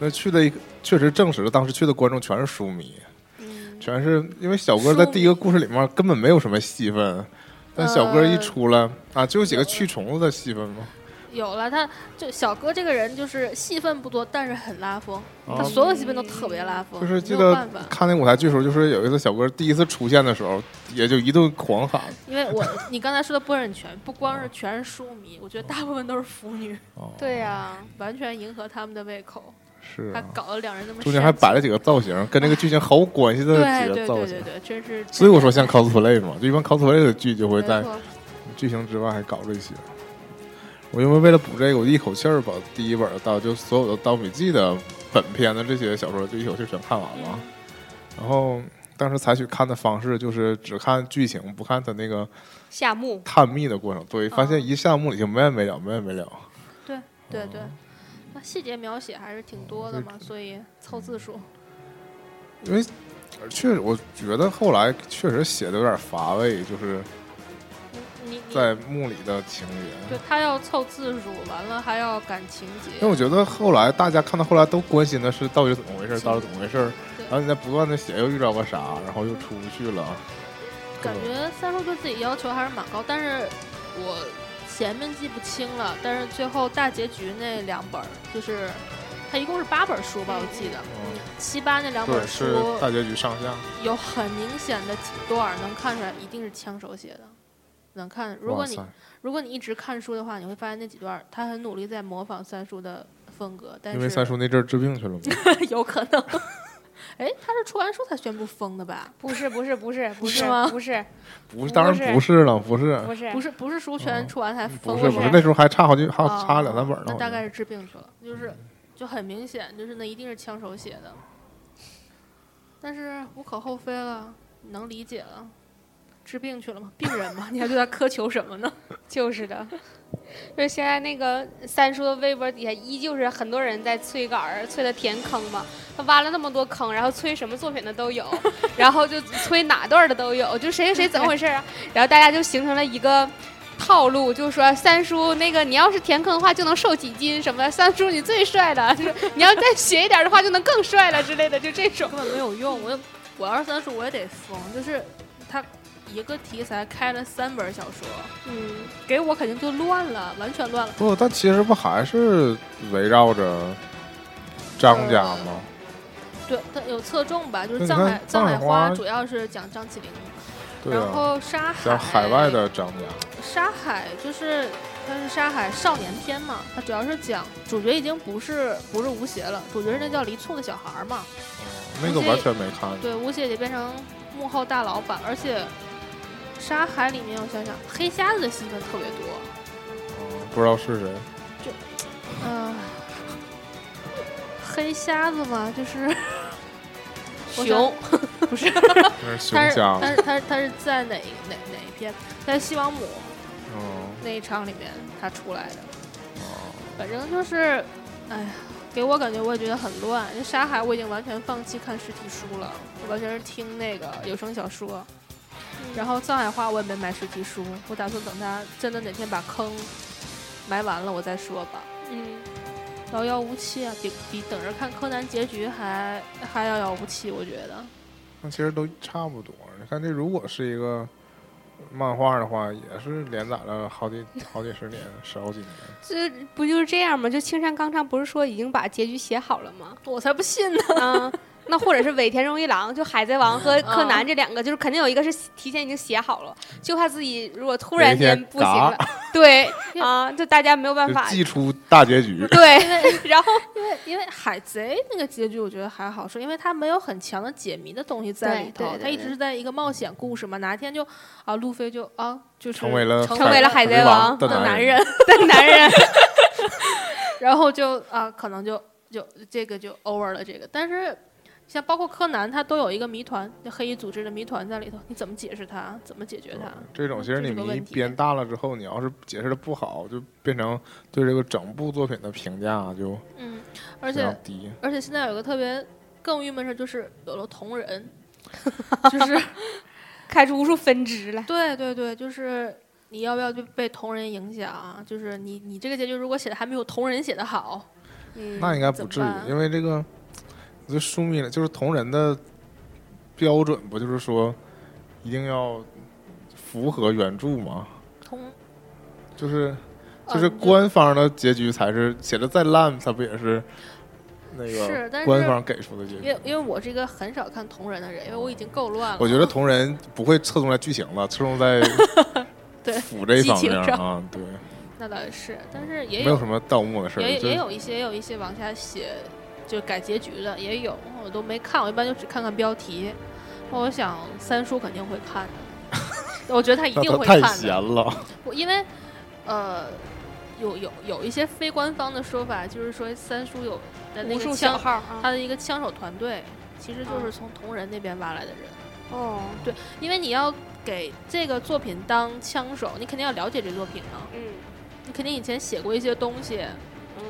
Speaker 1: 那去的一个确实证实了，当时去的观众全是书迷，全是因为小哥在第一个故事里面根本没有什么戏份，但小哥一出来、啊，就有几个驱虫子的戏份嘛。
Speaker 3: 有了，他就小哥这个人就是戏份不多，但是很拉风，
Speaker 1: 啊
Speaker 3: 他所有戏份都特别拉风，
Speaker 1: 就是记
Speaker 3: 没有
Speaker 1: 得
Speaker 3: 办法。
Speaker 1: 看那舞台剧的时候，就是有一次小哥第一次出现的时候，也就一顿狂喊
Speaker 3: 因为我你刚才说的不认全，不光是全是书迷，我觉得大部分都是腐 女，
Speaker 1: 哦
Speaker 5: 对呀、
Speaker 3: 完全迎合他们的胃口，
Speaker 1: 是
Speaker 3: 还
Speaker 1: 啊
Speaker 3: 搞了两人那么
Speaker 1: 中间还
Speaker 3: 煽
Speaker 1: 摆了几个造型，跟这个剧情毫无关系的几
Speaker 3: 情对对
Speaker 1: 个造
Speaker 3: 对
Speaker 1: 型
Speaker 3: 对。对，真是。
Speaker 1: 所以我说像 cosplay 嘛，就一般 cosplay 的剧就会在
Speaker 5: 没错。
Speaker 1: 剧情之外还搞这些。我因为为了补这个，我一口气儿把第一本的盗就所有的《盗墓笔记》的本片的这些小说就一口气儿全看完
Speaker 3: 嗯
Speaker 1: 了。然后当时采取看的方式就是只看剧情，不看它那个
Speaker 5: 夏目
Speaker 1: 探秘的过程。对，发
Speaker 3: 嗯
Speaker 1: 现一项目里就没完没了，没完没了。
Speaker 3: 对对，那细节描写还是挺多的
Speaker 1: 嗯
Speaker 3: 嘛，所以凑字数。
Speaker 1: 因为呃确实，我觉得后来确实写的有点乏味，就是
Speaker 3: 你你
Speaker 1: 在墓里的情节
Speaker 3: 对。他要凑字数，完了还要赶情
Speaker 1: 因为
Speaker 3: 节，
Speaker 1: 我觉得后来大家看到后来都关心的是到底怎么回事，到底怎么回事，
Speaker 3: 对
Speaker 1: 然后你在不断的写又遇到个啥，然后又出不去了。
Speaker 3: 感觉三叔对自己要求还是蛮高。但是我前面记不清了，但是最后大结局那两本儿，就是他一共是八本书吧，我记得
Speaker 1: 嗯，
Speaker 3: 七八那两
Speaker 1: 对，
Speaker 3: 本
Speaker 1: 是
Speaker 3: 书
Speaker 1: 大结局上下。
Speaker 3: 有很明显的几段儿能看出来一定是枪手写的，能看。如果
Speaker 1: 哇
Speaker 3: 你
Speaker 1: 塞，
Speaker 3: 如果你一直看书的话，你会发现那几段儿他很努力在模仿三叔的风格，但
Speaker 1: 因
Speaker 3: 是
Speaker 1: 为三叔那阵儿治病去了嘛。
Speaker 3: 有可能。 哎，他是出完书才宣布封的吧？
Speaker 4: 不是不是不是不
Speaker 3: 是
Speaker 4: 是
Speaker 3: 吗
Speaker 4: 不是
Speaker 1: 不是，当然不是了，不是，
Speaker 4: 不是
Speaker 3: 不是，不是书全
Speaker 1: 嗯
Speaker 3: 出完才
Speaker 1: 不
Speaker 3: 封的
Speaker 1: 是，
Speaker 4: 不
Speaker 1: 不
Speaker 4: 是
Speaker 1: 是，那时候还差好几，还有
Speaker 3: 哦
Speaker 1: 差两三本呢。
Speaker 3: 那
Speaker 1: 我
Speaker 3: 大
Speaker 1: 觉
Speaker 3: 概
Speaker 1: 得
Speaker 3: 是治病去了，就是就很明显，就是那一定是枪手写的，但是无可厚非了，能理解了。治病去了吗？病人嘛，你还对他苛求什么呢？
Speaker 5: 就是的，就是现在那个三叔的微博底下依旧是很多人在催稿儿，催他填坑嘛。他挖了那么多坑，然后催什么作品的都 有，然后就催哪段儿的都有，就谁谁谁怎么回事儿啊？然后大家就形成了一个。套路就是说，三叔那个你要是填坑的话就能瘦几斤什么的，三叔你最帅了，就是你要再学一点儿的话就能更帅了之类的，就这种。
Speaker 3: 根本没有用。我我要是三叔，我也得封。就是他一个题材开了三本小说，
Speaker 5: 嗯，
Speaker 3: 给我肯定就乱了，完全乱了。
Speaker 1: 不，但其实不还是围绕着张家吗？
Speaker 3: 对，他有侧重吧，就是
Speaker 1: 对
Speaker 3: 藏
Speaker 1: 你
Speaker 3: 海
Speaker 1: 看
Speaker 3: 藏
Speaker 1: 藏海
Speaker 3: 海
Speaker 1: 花
Speaker 3: 主要是讲张起灵，
Speaker 1: 对
Speaker 3: 然
Speaker 1: 啊，
Speaker 3: 后沙海
Speaker 1: 像海外的张家，
Speaker 3: 沙海就是它是沙海少年篇嘛，它主要是讲主角已经不是不是吴邪了，主角是那叫黎簇的小孩儿嘛，
Speaker 1: 那个完全没看。
Speaker 3: 对，吴邪也变成幕后大老板，而且沙海里面我想想，黑瞎子的戏份特别多，
Speaker 1: 嗯不知道是谁，
Speaker 3: 嗯、黑瞎子嘛，就是 我想
Speaker 5: 熊，
Speaker 1: 那是熊
Speaker 3: 他是
Speaker 1: 家
Speaker 3: 他。是他是他是在哪哪哪一篇？在西王母
Speaker 1: 嗯，
Speaker 3: 那一场里面他出来的。
Speaker 1: 哦
Speaker 3: 反正就是，哎呀，给我感觉我也觉得很乱。这沙海我已经完全放弃看实体书了，我完全是听那个有声小说。然后藏海花我也没买实体书，我打算等它真的哪天把坑埋完了我再说吧。
Speaker 5: 嗯，
Speaker 3: 遥遥无期啊，比比等着看柯南结局还还遥遥无期，我觉得。
Speaker 1: 那其实都差不多。你看，这如果是一个漫画的话，也是连载了好几好几十年，十好几年。
Speaker 5: 这不就是这样吗？就青山刚昌不是说已经把结局写好了吗？
Speaker 3: 我才不信呢！
Speaker 5: 嗯，那或者是尾田荣一郎，就《海贼王》和《柯南
Speaker 3: 嗯》
Speaker 5: 这两个，就是肯定有一个是提前已经写好了，就怕自己如果突
Speaker 1: 哪
Speaker 5: 然
Speaker 1: 天
Speaker 5: 间不行了，对啊，就大家没有办
Speaker 1: 就
Speaker 5: 法。嗯
Speaker 1: 寄出大结局，
Speaker 5: 对，然后
Speaker 3: 因为因为海贼那个结局我觉得还好，是因为它没有很强的解谜的东西在里
Speaker 5: 对
Speaker 3: 头
Speaker 5: 对，对
Speaker 3: 它一直是在一个冒险故事嘛。哪天就啊，路飞就啊，就是
Speaker 1: 成为了
Speaker 5: 成为了海贼王
Speaker 1: 的
Speaker 3: 的
Speaker 1: 男
Speaker 3: 人，，
Speaker 5: 的男人，
Speaker 3: 然后就啊，可能就就这个就 over 了这个。但是像包括柯南，它都有一个谜团，那黑衣组织的谜团在里头，你怎么解释它？怎么解决它？
Speaker 1: 这种其实你
Speaker 3: 这是个
Speaker 1: 迷
Speaker 3: 问题
Speaker 1: 编大了之后，你要是解释的不好，就变成对这个整部作品的评价就
Speaker 3: 嗯，而
Speaker 1: 非
Speaker 3: 且
Speaker 1: 常低。
Speaker 3: 而且现在有一个特别更郁闷的事，就是有了同人，就是。
Speaker 5: 开出无数分支来。
Speaker 3: 对对对，就是你要不要就被同人影响啊？就是你你这个结局如果写的还没有同人写的好，
Speaker 5: 嗯，
Speaker 1: 那应该不至于
Speaker 3: 怎么，办啊
Speaker 1: 因为这个就书迷了，就是同人的标准，不就是说一定要符合原著吗？
Speaker 3: 同
Speaker 1: 就是
Speaker 3: 呃
Speaker 1: 就是
Speaker 3: 你
Speaker 1: 官方的结局才是写的再烂，它不也是那
Speaker 3: 是
Speaker 1: 个
Speaker 3: 但是
Speaker 1: 官方给出的结
Speaker 3: 因为
Speaker 1: 局？
Speaker 3: 因为我是一个很少看同人的人，因为我已经够乱了。
Speaker 1: 我觉得同人不会侧重在剧情了，侧重在
Speaker 3: 对
Speaker 1: 腐这一
Speaker 3: 激
Speaker 1: 方
Speaker 3: 情
Speaker 1: 面
Speaker 3: 上
Speaker 1: 啊，对。
Speaker 3: 那倒也是，但是也
Speaker 1: 没有
Speaker 3: 有
Speaker 1: 什么盗墓的事儿，
Speaker 3: 也
Speaker 1: 就
Speaker 3: 也有一些也有一些往下写就改结局的也有，我都没看，我一般就只看看标题。我想三叔肯定会看的， 我觉得他一
Speaker 1: 那
Speaker 3: 定
Speaker 1: 他
Speaker 3: 会看
Speaker 1: 太
Speaker 3: 的。
Speaker 1: 闲了，
Speaker 3: 我因为呃，有有有一些非官方的说法，就是说三叔有的那
Speaker 5: 无数
Speaker 3: 个
Speaker 5: 小嗯
Speaker 3: 枪，
Speaker 5: 号啊。
Speaker 3: 他的一个枪手团队其实就是从同人那边挖来的人，
Speaker 5: 哦，
Speaker 3: 因为你要给这个作品当枪手，你肯定要了解这作品啊，
Speaker 5: 嗯，
Speaker 3: 你肯定以前写过一些东西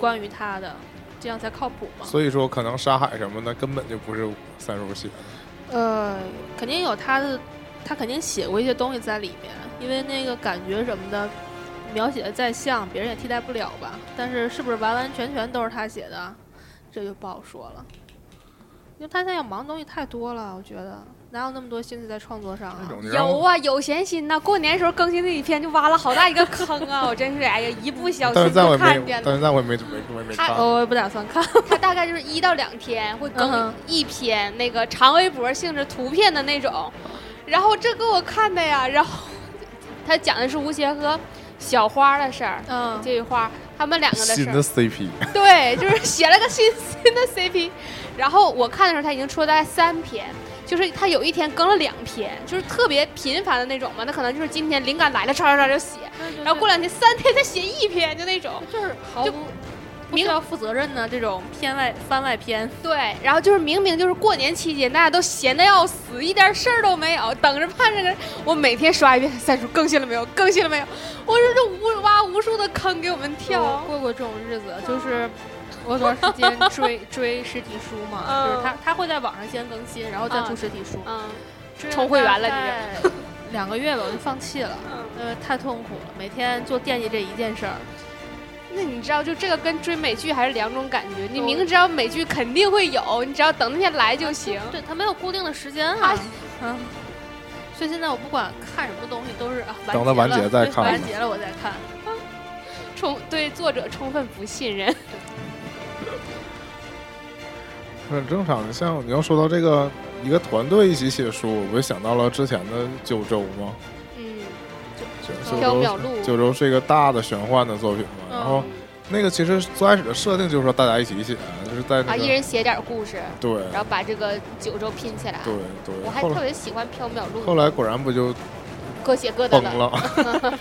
Speaker 3: 关于他的，这样才靠谱嘛。
Speaker 1: 所以说可能沙海什么的根本就不是三叔写的，
Speaker 3: 呃，肯定有他的他肯定写过一些东西在里面，因为那个感觉什么的，描写的再像，别人也替代不了吧。但是是不是完完全全都是他写的，这就不好说了。因为他现在要忙的东西太多了，我觉得哪有那么多心思在创作上
Speaker 1: 那
Speaker 3: 啊？
Speaker 1: 种你让
Speaker 5: 有啊，有闲心呐！过年时候更新那一篇，就挖了好大一个坑啊！我真是，哎呀，一不小
Speaker 1: 到现
Speaker 5: 心
Speaker 1: 在我
Speaker 5: 就
Speaker 1: 也
Speaker 5: 看
Speaker 1: 没
Speaker 5: 见
Speaker 1: 有，
Speaker 5: 了
Speaker 1: 到。现在我也没没没没
Speaker 5: 他
Speaker 1: 看。
Speaker 3: 哎哦我我也不打算看，
Speaker 5: 他大概就是一到两天会
Speaker 3: 嗯
Speaker 5: 更
Speaker 3: 哼
Speaker 5: 一篇那个长微博性质图片的那种，然后这给我看的呀，然后他讲的是吴邪和小花的事儿，
Speaker 3: 嗯，
Speaker 5: 这一花他们两个的
Speaker 1: 新
Speaker 5: 事
Speaker 1: 的
Speaker 5: 儿，
Speaker 1: CP，
Speaker 5: 对，就是写了个新新的 CP，然后我看的时候他已经出了大概三篇。就是他有一天更了两篇，就是特别频繁的那种嘛，那可能就是今天灵感来了，唰唰唰就写，然后过两天三天他写一篇，就那种。
Speaker 3: 就是毫
Speaker 5: 就
Speaker 3: 无不需要负责任的这种偏外番外篇，
Speaker 5: 对，然后就是明明就是过年期间，大家都闲得要死，一点事儿都没有，等着盼着个。我每天刷一遍，三叔更新了没有？更新了没有？我说这无挖无数的坑给我们
Speaker 3: 我
Speaker 5: 跳。
Speaker 3: 过过这种日子，就是我有段时间 追追实体书嘛，
Speaker 5: 嗯
Speaker 3: 就是他他会在网上先更新，然后再出实体书，
Speaker 5: 嗯，
Speaker 3: 追了
Speaker 5: 充会员了
Speaker 3: 大概 两个月吧，我就放弃了，因为太痛苦了，每天就惦记这一件事儿。
Speaker 5: 那你知道就这个跟追美剧还是两种感觉。你
Speaker 3: 对
Speaker 5: 明知道美剧肯定会有，你只要等那天来就行。
Speaker 3: 对他没有固定的时间啊
Speaker 5: 他，
Speaker 3: 嗯，所以现在我不管看什么东西都是啊，
Speaker 1: 等它完
Speaker 3: 结
Speaker 1: 结
Speaker 3: 了
Speaker 1: 再
Speaker 3: 对
Speaker 1: 看
Speaker 3: 完结了我再看。
Speaker 5: 充对作者充分不信任。
Speaker 1: 很正常。像你要说到这个一个团队一起写书，我不就想到了之前的九州吗？
Speaker 5: 嗯，
Speaker 1: 九
Speaker 3: 缥
Speaker 1: 九
Speaker 5: 缈
Speaker 1: 州，
Speaker 5: 录
Speaker 1: 九州是一个大的玄幻的作品嘛。然
Speaker 5: 嗯
Speaker 1: 后那个其实最开始的设定就是说大家一起写，就是在
Speaker 5: 啊，
Speaker 1: 那
Speaker 5: 一
Speaker 1: 个
Speaker 5: 人写点故事，
Speaker 1: 对
Speaker 5: 然后把这个九州拼起来。
Speaker 1: 嗯对对。
Speaker 5: 我还
Speaker 1: 后
Speaker 5: 特
Speaker 1: 来
Speaker 5: 别喜欢缥缈录，
Speaker 1: 后来果然不就
Speaker 5: 各写各的
Speaker 1: 崩
Speaker 5: 了。
Speaker 1: 了？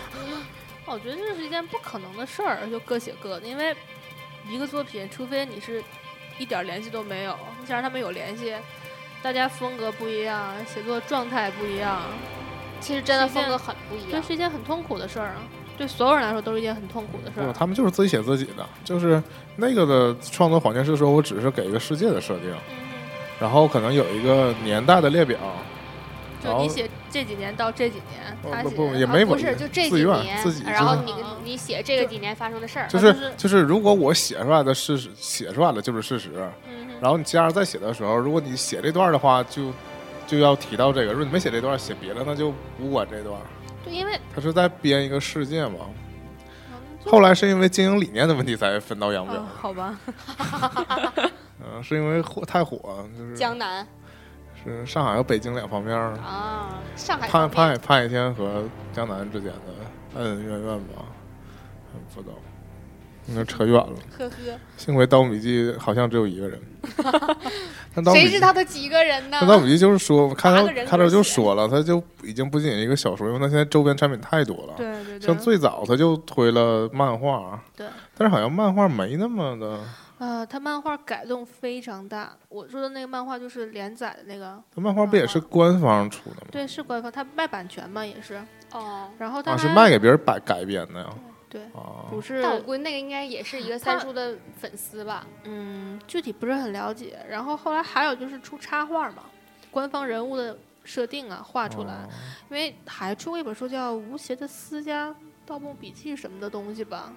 Speaker 3: 我觉得这是一件不可能的事儿，就各写各的，因为一个作品，除非你是一点儿联系都没有，既然他们有联系，大家风格不一样，写作状态不一样，
Speaker 5: 其实真的
Speaker 3: 是一件
Speaker 5: 风格很不一
Speaker 3: 这
Speaker 5: 样。
Speaker 3: 是一件很痛苦的事儿啊。对所有人来说都是一件很痛苦的事
Speaker 1: 不，
Speaker 3: 儿。
Speaker 1: 他们就是自己写自己的，就是那个的创作环境是说我只是给一个世界的设定，
Speaker 3: 嗯，
Speaker 1: 然后可能有一个年代的列表，
Speaker 3: 就你写这几年到这几年，
Speaker 1: 不
Speaker 3: 他
Speaker 1: 不
Speaker 3: 写
Speaker 1: 不也
Speaker 3: 啊
Speaker 1: 没
Speaker 5: 不
Speaker 1: 稳
Speaker 5: 是，
Speaker 1: 定
Speaker 5: 就这
Speaker 1: 自
Speaker 5: 几
Speaker 1: 愿
Speaker 5: 年，
Speaker 1: 自己
Speaker 5: 然后
Speaker 1: 就是
Speaker 5: 你
Speaker 3: 嗯
Speaker 5: 你写这个几年发生的事儿，
Speaker 1: 就
Speaker 3: 他
Speaker 1: 是
Speaker 3: 就是
Speaker 1: 就是，如果我写出来的事实，写出来的就是事实，
Speaker 3: 嗯
Speaker 1: 然后你接着再写的时候，如果你写这段的话，就就要提到这个；如果你没写这段，写别的那就无关这段。
Speaker 3: 对，因为
Speaker 1: 他是在编一个世界嘛。
Speaker 3: 嗯就
Speaker 1: 后来是因为经营理念的问题才分道扬镳
Speaker 5: 哦
Speaker 3: 啊，，好吧，
Speaker 1: 嗯，是因为火太火，就是
Speaker 5: 江南
Speaker 1: 是上海和北京两方面儿。
Speaker 5: 啊，上海
Speaker 1: 潘
Speaker 5: 方
Speaker 1: 潘
Speaker 5: 面
Speaker 1: 海潘海天和江南之间的恩恩怨怨吧，嗯不懂，那扯远了。
Speaker 5: 呵呵，
Speaker 1: 幸亏《盗墓笔记》好像只有一个 人，但《盗墓笔
Speaker 5: 谁
Speaker 1: 记
Speaker 5: 知》道他几个人呢
Speaker 1: 但《盗墓笔记》就是说，看
Speaker 5: 八
Speaker 1: 到
Speaker 5: 个人
Speaker 1: 看到
Speaker 5: 格
Speaker 1: 就
Speaker 5: 写
Speaker 1: 说了，他就已经不仅仅一个小说，因为他现在周边产品太多了。
Speaker 3: 对对对，
Speaker 1: 像最早他就推了漫画，
Speaker 3: 对，
Speaker 1: 但是好像漫画没那么的，
Speaker 3: 呃，他漫画改动非常大。我说的那个漫画就是连载的那个，
Speaker 1: 他漫画不也是官方出的吗？
Speaker 3: 对，是官方，他卖版权嘛，也是。
Speaker 5: 哦，
Speaker 3: 然嗯后他
Speaker 1: 啊，
Speaker 3: 还
Speaker 1: 是卖给别人改改编的呀。
Speaker 3: 对
Speaker 1: 啊，
Speaker 3: 不是
Speaker 5: 但我估计那个应该也是一个三
Speaker 3: 他
Speaker 5: 叔的粉丝吧，
Speaker 3: 嗯，具体不是很了解。然后后来还有就是出插画嘛，官方人物的设定啊，画出来。
Speaker 1: 哦
Speaker 3: 因为还出过一本书叫《吴邪的私家盗墓笔记》什么的东西吧，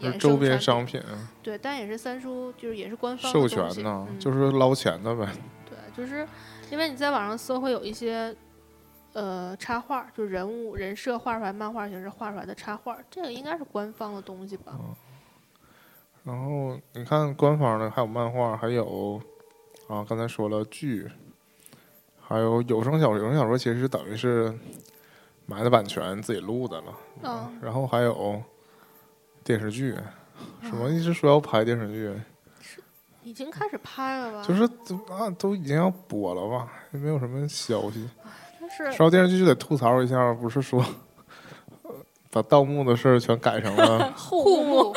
Speaker 1: 就是
Speaker 3: 衍
Speaker 1: 嗯
Speaker 3: 生
Speaker 1: 周边
Speaker 3: 产
Speaker 1: 商品。
Speaker 3: 品对，但也是三叔，就是也是官方的
Speaker 1: 授
Speaker 3: 东
Speaker 1: 权
Speaker 3: 西
Speaker 1: 呢，
Speaker 3: 嗯、
Speaker 1: 就是捞钱的呗。
Speaker 3: 对，就是因为你在网上搜会有一些。呃，插画就是人物人设画出来，漫画形式画出来的插画，这个应该是官方的东西
Speaker 1: 哦
Speaker 3: 吧？
Speaker 1: 然后你看官方的，还有漫画，还有啊，刚才说了剧，还有有声小说。有声小说其实等于是买的版权自己录的了。
Speaker 3: 嗯，
Speaker 1: 然后还有电视剧，什么一直说要拍电视剧，
Speaker 3: 已经开始拍了吧？
Speaker 1: 就是都啊都已经要播了吧，也没有什么消息。
Speaker 3: 但是
Speaker 1: 说到电视剧就得吐槽一下，不是说。呃把盗墓的事儿全改成了
Speaker 5: 护木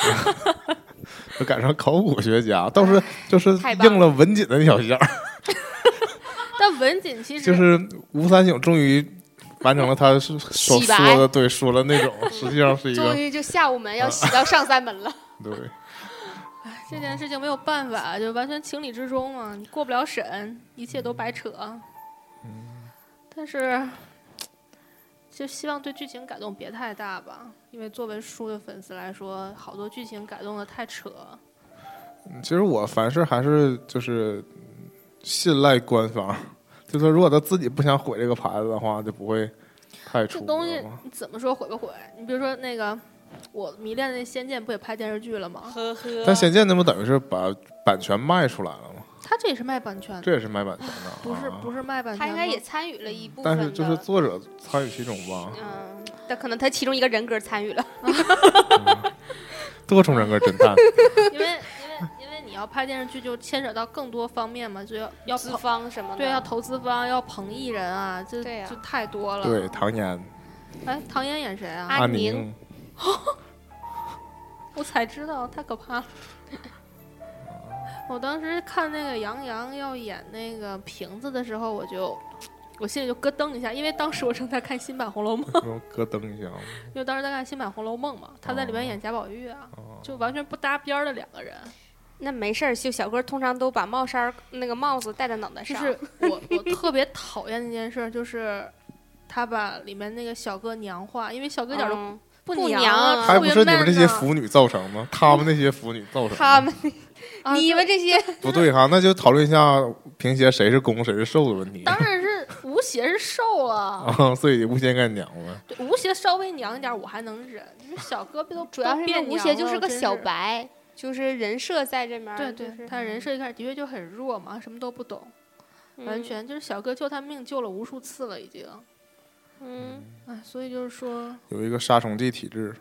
Speaker 1: 就赶上考古学家，倒是就是
Speaker 5: 太棒
Speaker 1: 应了文锦的那条线儿，
Speaker 3: 但文锦其实
Speaker 1: 就是吴三省终于完成了他是所
Speaker 5: 洗白
Speaker 1: 说的，对，说了那种，实际上是一嗯
Speaker 5: 终
Speaker 1: 个
Speaker 5: 于就下午门要洗到上三门了。
Speaker 1: 对，
Speaker 3: 这件事情没有办法，就完全情理
Speaker 1: 嗯
Speaker 3: 之中嘛，你过不了审，一切都白扯。但是就希望对剧情改动别太大吧，因为作为书的粉丝来说，好多剧情改动的太扯。
Speaker 1: 嗯其实我凡事还是就是嗯信赖官方，就说如果他自己不想毁这个牌子的话，就不会太出
Speaker 3: 这
Speaker 1: 格
Speaker 3: 东西
Speaker 1: 嘛
Speaker 3: 你怎么说毁不毁？你比如说那个我迷恋的那《仙剑》，不也拍电视剧了吗？
Speaker 4: 呵呵
Speaker 1: 但《仙剑》那不等于是把版权卖出来了吗？
Speaker 3: 他这也是卖版权的，
Speaker 1: 这也是卖版权的，
Speaker 3: 不是
Speaker 1: 啊
Speaker 3: 不是卖版 权吗，
Speaker 5: 他应该也参与了一部分
Speaker 1: 但
Speaker 5: 的，
Speaker 1: 是就是作者参与其中吧，
Speaker 5: 嗯，但可能他其中一个人格参与了，
Speaker 1: 多重人格侦探，
Speaker 3: 因为因为因为你要拍电视剧，就牵扯到更多方面嘛，就要要
Speaker 5: 资
Speaker 3: 捧
Speaker 5: 方什么的，
Speaker 3: 对，要投资方，要捧艺人啊，这
Speaker 5: 对呀
Speaker 3: 就太多了。
Speaker 1: 对，唐嫣、
Speaker 3: 哎，唐嫣演谁啊？
Speaker 5: 安
Speaker 1: 阿
Speaker 5: 宁
Speaker 1: 宁，
Speaker 3: 我才知道，太可怕了。 我当时看那个杨洋要演那个瓶子的时候，我就我心里就咯噔一下，因为当时我正在看新版《红楼梦》，
Speaker 1: 不用咯噔一下吗？
Speaker 3: 因为当时在看新版《红楼梦》嘛，他在里面演贾宝玉啊，
Speaker 1: 哦
Speaker 3: 就完全不搭边儿的两个人。
Speaker 5: 那没事儿，就小哥通常都把帽衫儿那个帽子戴在脑袋
Speaker 3: 就
Speaker 5: 上，
Speaker 3: 是我我特别讨厌那件事儿，就是他把里面那个小哥娘化，因为小哥一点儿都
Speaker 5: 嗯
Speaker 3: 不
Speaker 5: 不
Speaker 3: 娘
Speaker 5: 娘
Speaker 3: 啊，
Speaker 5: 啊
Speaker 1: 还
Speaker 3: 特
Speaker 1: 不
Speaker 3: 别
Speaker 1: 是你们这
Speaker 3: man
Speaker 1: 些
Speaker 3: 啊
Speaker 1: 腐女造成的，他们那些腐女造成
Speaker 5: 他
Speaker 1: 的，
Speaker 5: 们
Speaker 3: 啊
Speaker 5: 你们这些
Speaker 1: 不对哈、那就讨论一下平鞋谁是攻谁是受的问题
Speaker 3: 当然是吴邪是瘦了，
Speaker 1: 啊，所以无先干娘了。
Speaker 3: 对吴邪稍微娘一点儿我还能忍，你说小哥不都
Speaker 5: 主要是因为
Speaker 3: 变
Speaker 5: 吴
Speaker 3: 娘
Speaker 5: 邪就是
Speaker 3: 了
Speaker 5: 个
Speaker 3: 真
Speaker 5: 小白，就是人设在这面儿，
Speaker 3: 对
Speaker 5: 就
Speaker 3: 对，
Speaker 5: 是
Speaker 3: 他人设一开始的确就很弱嘛，什么都不懂，完
Speaker 5: 嗯
Speaker 3: 全就是小哥救他命救了无数次了已经，
Speaker 5: 嗯，
Speaker 3: 哎，所以就是说，
Speaker 1: 有一个杀虫剂体质，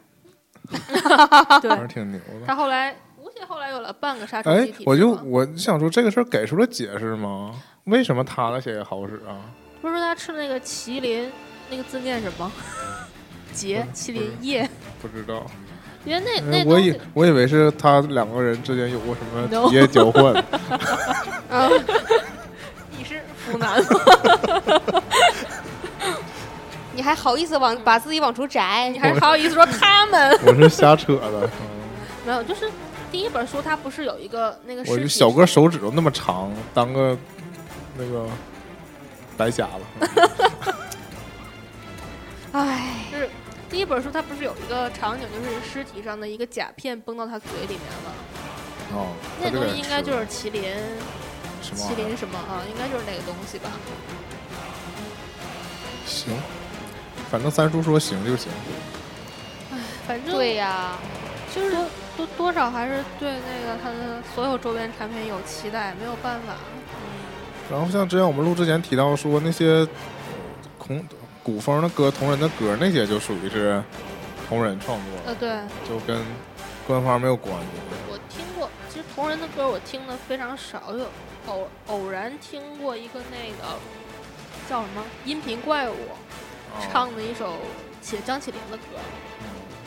Speaker 1: 还是
Speaker 3: 对
Speaker 1: 挺牛的。
Speaker 3: 他后来吴邪后来有了半个杀虫
Speaker 1: 哎
Speaker 3: 剂体，
Speaker 1: 我
Speaker 3: 质
Speaker 1: 就
Speaker 3: 嘛
Speaker 1: 我就想说这个事儿给出了解释吗？为什么他的血液好使啊？
Speaker 3: 不是说他吃那个麒麟，那个字念什么？ 结
Speaker 1: 不
Speaker 3: 麒
Speaker 1: 不
Speaker 3: 麟叶，
Speaker 1: 不知道，
Speaker 3: 因为那那
Speaker 1: 哎
Speaker 3: 东
Speaker 1: 我以
Speaker 3: 西
Speaker 1: 我以为是他两个人之间有过什么
Speaker 3: No
Speaker 1: 体液交换，
Speaker 5: 啊，
Speaker 3: 你是 湖南吗，
Speaker 5: 你还好意思往把自己往出摘？
Speaker 3: 嗯你
Speaker 5: 你还
Speaker 3: 还是好意思说他们？
Speaker 1: 我是瞎扯的。嗯
Speaker 3: 没有，就是第一本书它不是有一个那个
Speaker 1: 我
Speaker 3: 尸
Speaker 1: 就
Speaker 3: 体
Speaker 1: 小哥手指头那么长，当个那个白瞎 嗯了。
Speaker 5: 哎，
Speaker 3: 就是第一本书它不是有一个场景，就是尸体上的一个甲片崩到他嘴里面了，
Speaker 1: 哦，
Speaker 3: 那
Speaker 1: 他这个
Speaker 3: 东
Speaker 1: 人
Speaker 3: 西应该
Speaker 1: 吃
Speaker 3: 啊就是麒麟，
Speaker 1: 什么
Speaker 3: 麒
Speaker 1: 玩意儿？
Speaker 3: 麟什么啊？应该就是那个东西吧？
Speaker 1: 行，反正三叔说行就行。
Speaker 3: 反正
Speaker 5: 对呀、
Speaker 3: 就是多多少还是对那个它的所有周边产品有期待，没有办法。
Speaker 1: 然后像之前我们录之前提到说那些呃孔古风的歌、同人的歌，那些就属于是同人创作
Speaker 3: 呃，
Speaker 1: 了，
Speaker 3: 对。
Speaker 1: 就跟官方没有关系。
Speaker 3: 我听过，其实同人的歌我听的非常少，有偶偶然听过一个那个叫什么《音频怪物》
Speaker 1: 啊
Speaker 3: 唱的一首写张起灵的歌，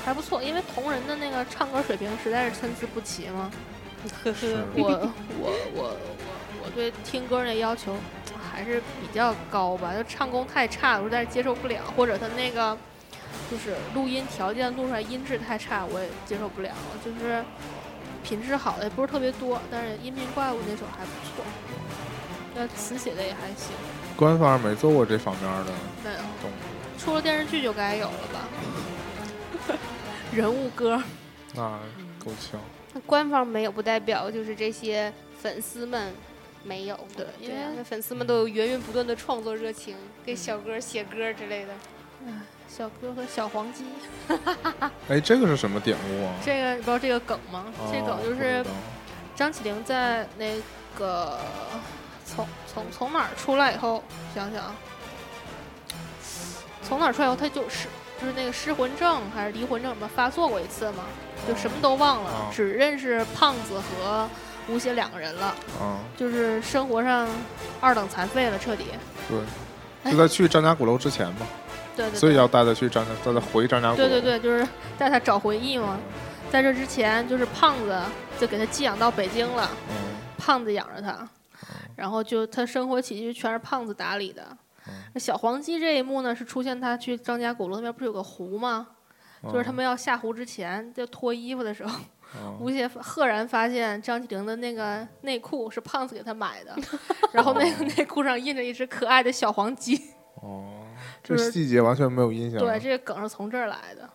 Speaker 3: 还不错。因为同人的那个唱歌水平实在是参差不齐嘛。
Speaker 4: 呵
Speaker 1: 是
Speaker 4: 呵，
Speaker 3: 我我我我我对听歌的要求还是比较高吧，就唱功太差，我实在是接受不了，或者他那个就是录音条件录出来音质太差，我也接受不了。就是品质好的也不是特别多，但是《音频怪物》那首还不错，那词写的也还行。
Speaker 1: 官方没做过这方面的
Speaker 3: 没有，
Speaker 1: 东
Speaker 3: 出了电视剧就该有了 吧？人物歌，
Speaker 1: 西，那
Speaker 3: 嗯
Speaker 1: 够呛。
Speaker 5: 那官方没有不代表就是这些粉丝们没有，
Speaker 3: 对因
Speaker 5: 对啊
Speaker 3: 为
Speaker 5: 那粉丝们都有源源不断的创作热情，给小哥写歌之类的。
Speaker 3: 小哥和小黄鸡，
Speaker 1: 哎，这个是什么典故啊？
Speaker 3: 这个你知道这个梗吗？这
Speaker 1: 哦
Speaker 3: 梗就
Speaker 1: 不知
Speaker 3: 是
Speaker 1: 道
Speaker 3: 张起灵在那个从从从哪儿出来以后，想 想啊，从哪儿出来以后，他就是就是那个失魂症还是离魂症什么发作过一次嘛，就什么都忘了，
Speaker 1: 哦
Speaker 3: 只认识胖子和吴邪两个人了，
Speaker 1: 啊，
Speaker 3: 就是生活上二等残废了，彻底。
Speaker 1: 就在去张家鼓楼之前嘛，
Speaker 3: 对对
Speaker 1: 所以
Speaker 3: 对，
Speaker 1: 要带他去张家，带他回张家鼓楼。
Speaker 3: 对对对，就是带他找回忆嘛。在这之前，就是胖子就给他寄养到北京了。
Speaker 1: 嗯，
Speaker 3: 胖子养着他，然后就他生活起居全是胖子打理的。那小黄鸡这一幕呢，是出现他去张家鼓楼那边不是有个湖吗？
Speaker 1: 嗯
Speaker 3: 就是他们要下湖之前，就脱衣服的时候，
Speaker 1: 嗯
Speaker 3: 吴邪赫然发现张起灵的那个 内裤是胖子给他买的，然后那个内裤上印着一只可爱的小黄鸡，
Speaker 1: 哦，这
Speaker 3: 就是
Speaker 1: 细节完全没有印象。啊
Speaker 3: 对，这个梗是从这儿来的。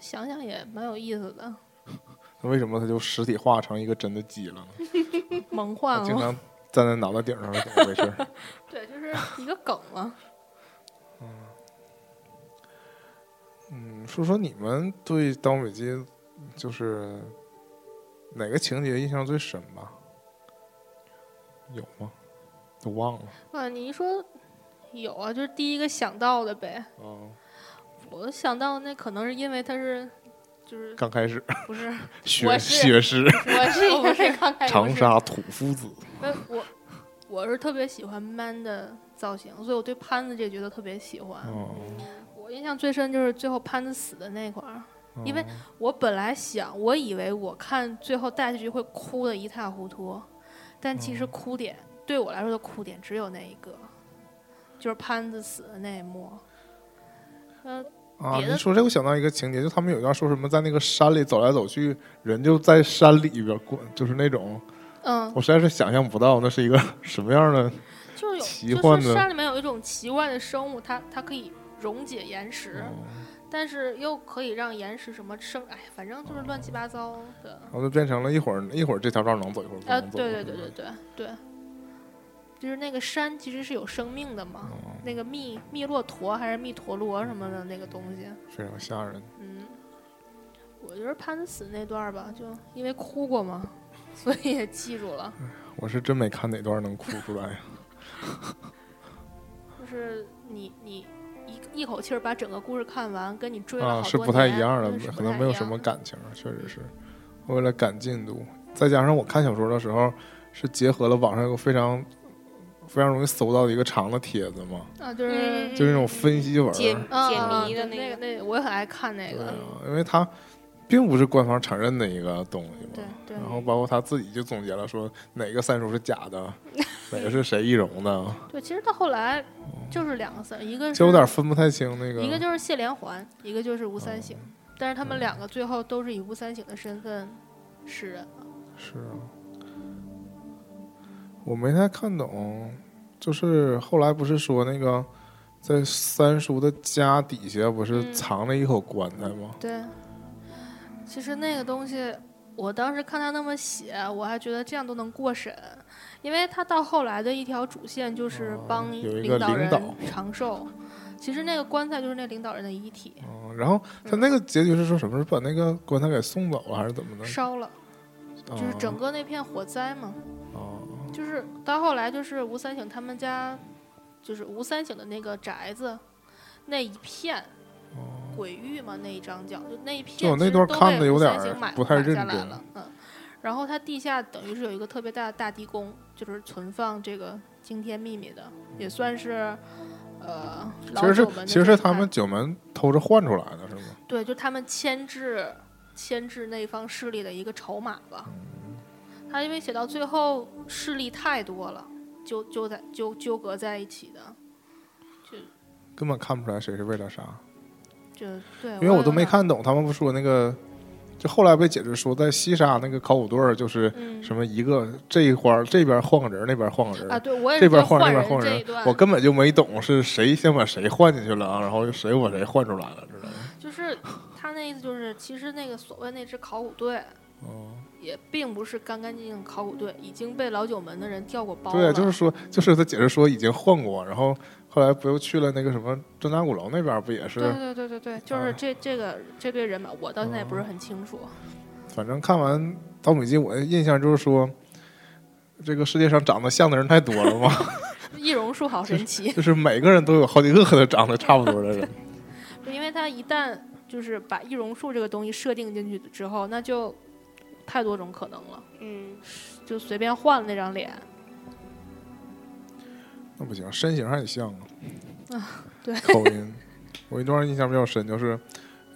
Speaker 3: 想想也蛮有意思的，
Speaker 1: 那为什么它就实体化成一个真的鸡 了呢？
Speaker 3: 萌幻
Speaker 1: 我经
Speaker 3: 了。
Speaker 1: 常站在脑袋顶上是怎么回事儿？
Speaker 3: 对，就是一个梗嘛。
Speaker 1: 嗯，说说你们对《盗墓笔记》就是哪个情节印象最深吧？有吗？都忘了。
Speaker 3: 啊，你一说有啊，就是第一个想到的呗。
Speaker 1: 哦，
Speaker 3: 我想到那可能是因为他是，就是
Speaker 1: 刚开 始
Speaker 3: 不是
Speaker 1: 学
Speaker 3: 我是
Speaker 1: 学士，
Speaker 3: 我是我是刚开始
Speaker 1: 长沙土夫子。
Speaker 3: 不是我我是特别喜欢 man 的造型，所以我对潘子这个角色特别喜欢。
Speaker 1: 哦，
Speaker 3: 我印象最深就是最后潘子死的那块儿，嗯因为
Speaker 1: 哦
Speaker 3: 我本来想，我以为我看最后大结局会哭的一塌糊涂，但其实
Speaker 1: 嗯
Speaker 3: 哭点、对我来说的哭点只有那一个，就是潘子死的那一幕。嗯、
Speaker 1: 啊，
Speaker 3: 别的
Speaker 1: 你说这我想到一个情节，就他们有一段说什么在那个山里走来走去，人就在山里边过，就是那种，
Speaker 3: 嗯，
Speaker 1: 我实在是想象不到那是一个 什么样的。
Speaker 3: 就是
Speaker 1: 奇
Speaker 3: 有，就
Speaker 1: 幻
Speaker 3: 是
Speaker 1: 的
Speaker 3: 山里面有一种奇怪的生物，它它可以溶解岩石，
Speaker 1: 哦
Speaker 3: 但是又可以让岩石什么生，哎，反正就是乱七
Speaker 1: 哦
Speaker 3: 八糟的。
Speaker 1: 然后就变成了一会儿一会儿这条道能走，一会儿不
Speaker 3: 呃，
Speaker 1: 能走。
Speaker 3: 对对对对对对，就是那个山其实是有生命的嘛，
Speaker 1: 哦，
Speaker 3: 那个密密洛陀还是密陀罗什么的那个东西，
Speaker 1: 非常吓人。
Speaker 3: 嗯，我觉得潘子死那段儿吧，就因为哭过嘛， 所以也记住了，
Speaker 1: 我是真没看哪段能哭出 来呀。
Speaker 3: 就是你你。一一口气儿把整个故事看完，跟你追了好多
Speaker 1: 啊，
Speaker 3: 年、
Speaker 1: 是不太一样的
Speaker 3: 对是，不
Speaker 1: 可能
Speaker 3: 太
Speaker 1: 没有
Speaker 3: 一
Speaker 1: 什
Speaker 3: 样
Speaker 1: 么
Speaker 3: 的
Speaker 1: 感情，啊确实是为了赶进度，再加上我看小说的时候是结合了网上有个非常非常容易搜到的一个长的帖子嘛，
Speaker 3: 啊，就是
Speaker 1: 就是那种分析文儿，
Speaker 5: 解
Speaker 3: 嗯
Speaker 5: 嗯解
Speaker 3: 嗯
Speaker 5: 谜
Speaker 3: 对
Speaker 5: 的
Speaker 3: 那
Speaker 5: 那个，
Speaker 3: 那个，我也很爱看那
Speaker 1: 对
Speaker 3: 个
Speaker 1: 啊，，因为它并不是官方承认的一个东西
Speaker 3: 对
Speaker 1: 嘛。
Speaker 3: 对
Speaker 1: 然后包括他自己就总结了，说哪个三叔是假的，哪个是谁易容 的，
Speaker 3: 对，其实到后来就是两个字儿，一个
Speaker 1: 嗯就有
Speaker 3: 是
Speaker 1: 点分不太清那个。嗯
Speaker 3: 一个就是谢连环，一个就是吴三省，但是他们两个最后都是以吴三省的身份示人了。
Speaker 1: 是啊，我没太看懂，就是后来不是说那个在三叔的家底下不是
Speaker 3: 嗯
Speaker 1: 藏着一口棺材吗？
Speaker 3: 对，其实那个东西，我当时看他那么写，我还觉得这样都能过审，因为他到后来的一条主线就是
Speaker 1: 哦
Speaker 3: 帮
Speaker 1: 有一个
Speaker 3: 导
Speaker 1: 领
Speaker 3: 人
Speaker 1: 导
Speaker 3: 长寿。其实那个棺材就是那领导人的遗体，
Speaker 1: 嗯，然后他那个结局是说什么？是把那个棺材给送走了，还是怎么的？啊
Speaker 3: 烧了，
Speaker 1: 就
Speaker 3: 就是整个那片火灾嘛。
Speaker 1: 哦
Speaker 3: 就是到后来，就是吴三省他们家，就是吴三省的那个宅子，那一片
Speaker 1: 哦
Speaker 3: 鬼域嘛，那一张叫就那一片，
Speaker 1: 就我那段看得有点儿不
Speaker 3: 不
Speaker 1: 太认
Speaker 3: 下来
Speaker 1: 真
Speaker 3: 了，嗯。然后它地下等于是有一个特别大的大地宫，就是存放这个惊天秘密的，也算是呃，老
Speaker 1: 其实
Speaker 3: 九
Speaker 1: 是
Speaker 3: 门的
Speaker 1: 其实是
Speaker 3: 这一
Speaker 1: 他
Speaker 3: 派
Speaker 1: 们九门偷着换出来的，是吗？
Speaker 3: 对，就他们牵制牵制那方势力的一个筹码吧。
Speaker 1: 嗯
Speaker 3: 他因为写到最后势力太多了，纠纠在纠纠葛在一起的，
Speaker 1: 根本看不出来谁是为了啥，
Speaker 3: 就对。
Speaker 1: 因为我都
Speaker 3: 也
Speaker 1: 没
Speaker 3: 有点
Speaker 1: 看懂。他们不说那个，就后来被解释说，在西沙那个考古队儿就是
Speaker 3: 嗯
Speaker 1: 什么一个这一块儿这边换个人，那边换个人，
Speaker 3: 啊，对我也
Speaker 1: 这
Speaker 3: 是
Speaker 1: 边
Speaker 3: 对
Speaker 1: 换
Speaker 3: 换
Speaker 1: 人那边换
Speaker 3: 这
Speaker 1: 人
Speaker 3: 一段，
Speaker 1: 我根本就没懂是谁先把谁换进去了，啊然后谁又把谁换出来了之类的。
Speaker 3: 就是他那意思就是，其实那个所谓那支考古队。
Speaker 1: 哦，
Speaker 3: 也并不是干干净净的考古队，已经被老九门的人调过包
Speaker 1: 对，啊
Speaker 3: 了。
Speaker 1: 就是说，就是他解释说已经换过，然后后来不又去了那个什么侦察鼓楼那边，不也是？
Speaker 3: 对对对对对，就是
Speaker 1: 啊
Speaker 3: 这这个这队人马，我到现在也不是很清楚。
Speaker 1: 反正看完《盗墓笔记》，我的印象就是说，这个世界上长得像的人太多了嘛，
Speaker 3: 易容术好神奇，
Speaker 1: 就是每个人都有好几个和他长得差不多的人。
Speaker 3: 就因为它一旦就是把易容术这个东西设定进去之后，那就太多种可能了，
Speaker 4: 嗯，
Speaker 3: 就随便换了那张脸。
Speaker 1: 那不行，身形还得像啊。
Speaker 3: 啊对
Speaker 1: 口音。我一段印象比较深，就是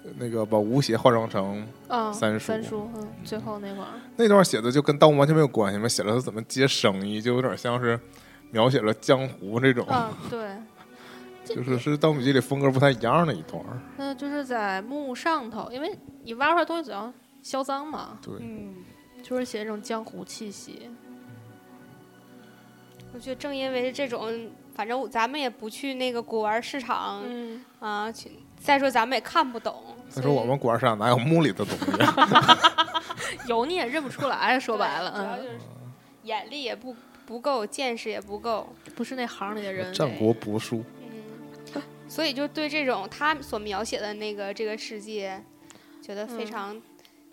Speaker 1: 呃那个把吴邪化妆成
Speaker 3: 嗯，
Speaker 1: 三叔
Speaker 3: 三叔，嗯，最后那会儿，
Speaker 1: 那段写的就跟盗墓完全没有关系嘛，写了他怎么接生意，就有点像是描写了江湖这种，
Speaker 3: 啊，对，这
Speaker 1: 就是是《盗墓笔记》里风格不太一样的一段儿。
Speaker 3: 那就是在墓上头，因为你挖出来东西总要销赃嘛，
Speaker 1: 对，
Speaker 4: 嗯，
Speaker 3: 就是写这种江湖气息。
Speaker 4: 我觉得正因为这种
Speaker 5: 反正咱们也不去那个古玩市场
Speaker 3: 嗯，
Speaker 5: 啊，去。再说咱们也看不懂，
Speaker 1: 再说我们古玩市场哪有墓里的东西？啊
Speaker 3: 有嗯你也认不出来，说白了，
Speaker 5: 对主要
Speaker 3: 嗯，
Speaker 5: 就是眼力也不不够，见识也不够，
Speaker 3: 不是那行里的人，
Speaker 1: 战国帛书，
Speaker 5: 嗯， 所以就对这种他所描写的那个这个世界，觉得非
Speaker 3: 嗯
Speaker 5: 常、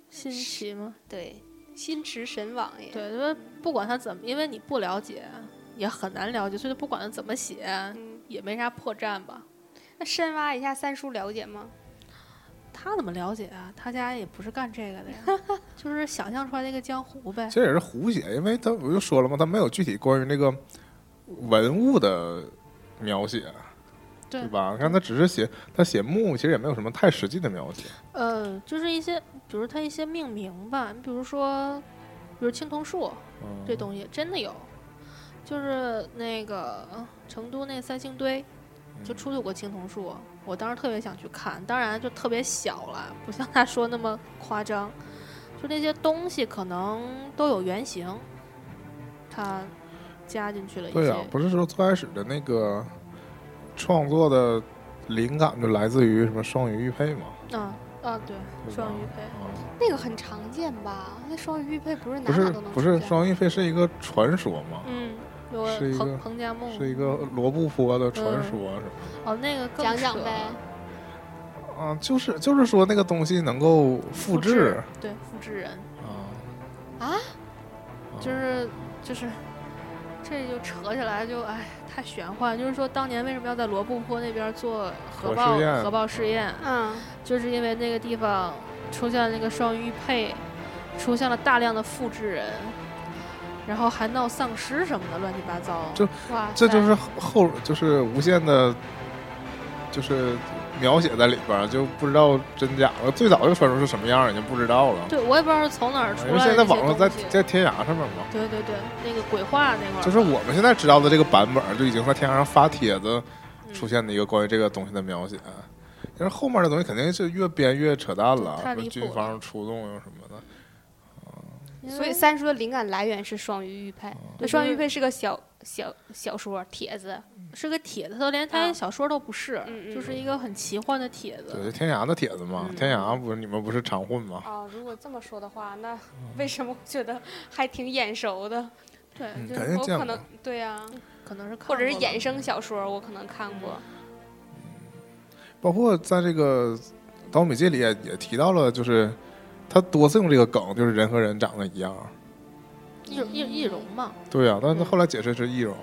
Speaker 3: 新奇吗？
Speaker 5: 对心驰神往也。
Speaker 3: 对，因为不管他怎么，因为你不了解，也很难了解，所以不管他怎么写，
Speaker 5: 嗯，
Speaker 3: 也没啥破绽吧。
Speaker 5: 那深挖一下三叔了解吗？
Speaker 3: 他怎么了解啊？他家也不是干这个的呀，就是想象出来的一个江湖呗
Speaker 1: 其。实也是胡写，因为他我就说了嘛，他没有具体关于那个文物的描写，啊
Speaker 3: 对
Speaker 1: 对吧？你看他只是写他写墓，其实也没有什么太实际的描写。
Speaker 3: 呃，就是一些，比如他一些命名吧，你比如说，比如青铜树
Speaker 1: 嗯、
Speaker 3: 这东西真的有，就是那个成都那三星堆，就出土过青铜树，我当时特别想去看，当然就特别小了，不像他说那么夸张，就那些东西可能都有原型，他加进去了一
Speaker 1: 对
Speaker 3: 些
Speaker 1: 呀、，不是说最开始的那个创作的灵感就来自于什么双鱼玉佩嘛？
Speaker 3: 啊啊，对，
Speaker 1: 对吧
Speaker 3: 双鱼胚，
Speaker 1: 啊
Speaker 5: 那个很常见吧？那双鱼玉佩不是
Speaker 1: 不
Speaker 5: 哪
Speaker 1: 是
Speaker 5: 嗯哪都能
Speaker 1: 不
Speaker 5: 出
Speaker 1: 是
Speaker 5: 现？
Speaker 1: 双鱼玉佩是一个传说嘛？
Speaker 3: 嗯，有个
Speaker 1: 是一个
Speaker 3: 彭彭加梦，
Speaker 1: 是一个罗布泊啊的传说是吧？
Speaker 3: 哦，那个更
Speaker 5: 讲讲
Speaker 3: 扯
Speaker 5: 呗。
Speaker 1: 啊，就是就是说那个东西能够复制
Speaker 3: 对，复制人
Speaker 1: 啊
Speaker 5: 啊，
Speaker 3: 就是就是，这就扯起来就哎太玄幻。就是说当年为什么要在罗布泊那边做核
Speaker 1: 核
Speaker 3: 爆
Speaker 1: 试验啊
Speaker 3: 核爆试验，啊
Speaker 5: 嗯，
Speaker 3: 就是因为那个地方出现了那个双鱼配，出现了大量的复制人。然后还闹丧尸什么的，乱七八糟。
Speaker 1: 就
Speaker 3: 哇塞，
Speaker 1: 这就是后就是无限的，就是描写在里边儿，就不知道真假了。最早这个传说是什么样儿已经不知道了，
Speaker 3: 对我也不知道是从哪儿出
Speaker 1: 因
Speaker 3: 来
Speaker 1: 为现
Speaker 3: 的。
Speaker 1: 在网络在在天涯上面嘛，
Speaker 3: 对对对，那个鬼话那块儿，
Speaker 1: 就是我们现在知道的这个版本儿就已经在天涯上发帖子
Speaker 3: 嗯
Speaker 1: 出现的一个关于这个东西的描写。啊但是后面的东西肯定是越编越扯淡了，什
Speaker 3: 太
Speaker 1: 么
Speaker 3: 离谱
Speaker 1: 军方出动啊又什么的，
Speaker 3: 因为
Speaker 5: 所以三叔的灵感来源是双鱼玉佩。那
Speaker 1: 哦
Speaker 3: 对
Speaker 5: 双鱼
Speaker 3: 就是
Speaker 5: 玉佩是个小小小说帖子，
Speaker 3: 是个帖子，他连他连小说都不是，
Speaker 5: 啊嗯嗯
Speaker 3: 就是一个很奇幻的帖子。
Speaker 1: 对，就天涯的帖子嘛，
Speaker 3: 嗯
Speaker 1: 天涯不是你们不是常混吗？
Speaker 5: 啊、如果这么说的话，那为什么我觉得还挺眼熟的？
Speaker 3: 对，
Speaker 1: 嗯
Speaker 3: 就
Speaker 1: 感觉
Speaker 5: 我
Speaker 1: 见过
Speaker 5: 可能对呀、
Speaker 3: 可能是看
Speaker 5: 或者是
Speaker 3: 过吧
Speaker 5: 衍生小说，我可能看
Speaker 1: 啊
Speaker 5: 过。
Speaker 1: 包括在这个《盗墓笔记》里也也提到了，就是他多次用这个梗，就是人和人长得一样。
Speaker 3: 易容易易容嘛，
Speaker 1: 对啊，但是他后来解释是易容。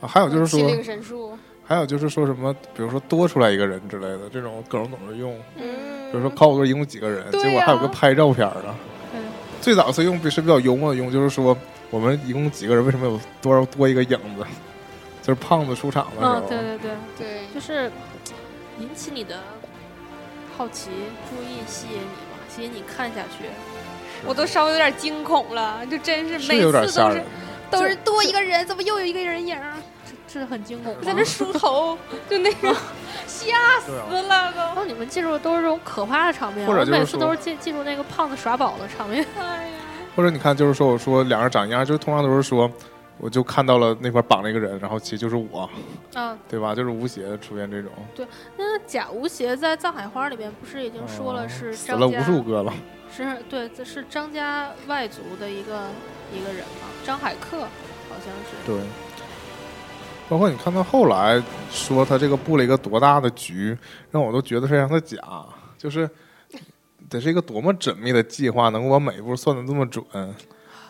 Speaker 1: 啊，还有
Speaker 3: 嗯
Speaker 1: 就是
Speaker 5: 心
Speaker 1: 说
Speaker 5: 灵，神术，
Speaker 1: 还有就是说什么，比如说多出来一个人之类的，这种梗总是用。
Speaker 5: 嗯，
Speaker 1: 比如说考古队一共几个人，
Speaker 5: 对
Speaker 1: 结果还有个
Speaker 5: 呀
Speaker 1: 拍照片的。
Speaker 3: 对
Speaker 1: 最早是用是比较幽默的用，就是说我们一共几个人，为什么有多少多一个影子？就是胖子出场的时候，
Speaker 3: 嗯，对对对，
Speaker 5: 对，
Speaker 3: 就是引起你的好奇、注意、吸引你嘛，吸引你看下去。
Speaker 5: 我都稍微有点惊恐了，就真是
Speaker 1: 是
Speaker 5: 每
Speaker 1: 有
Speaker 5: 次
Speaker 1: 点
Speaker 5: 都
Speaker 1: 吓
Speaker 5: 是
Speaker 1: 人啊的。
Speaker 5: 都是多一个人，怎么又有一个人影儿？
Speaker 3: 这是很惊恐吗，
Speaker 5: 在那梳头，就那个
Speaker 1: 啊
Speaker 5: 吓
Speaker 1: 对啊，
Speaker 5: 死了
Speaker 3: 然
Speaker 5: 都。
Speaker 3: 哦后你们记住都是这种可怕的场面，
Speaker 1: 或者
Speaker 3: 我
Speaker 1: 就是
Speaker 3: 每次
Speaker 1: 说
Speaker 3: 都是记记住那个胖子耍宝的场面。
Speaker 5: 哎呀，
Speaker 1: 或者你看，就是说我说两人长一样，就是通常都是说，我就看到了那块绑了一个人，然后其实就是我，
Speaker 5: 嗯
Speaker 3: 啊，
Speaker 1: 对吧？就是吴邪出现这种，
Speaker 3: 那假无邪在《藏海花》里边不是已经说了
Speaker 1: 嗯
Speaker 3: 是
Speaker 1: 死
Speaker 3: 张
Speaker 1: 了无
Speaker 3: 家
Speaker 1: 数个了，
Speaker 3: 是对，这是张家外族的一个一个人嘛，张海克好像是。
Speaker 1: 对。包括你看到后来说他这个布了一个多大的局，让我都觉得非常的假，就是得是一个多么缜密的计划，能够把每一步算的这么准，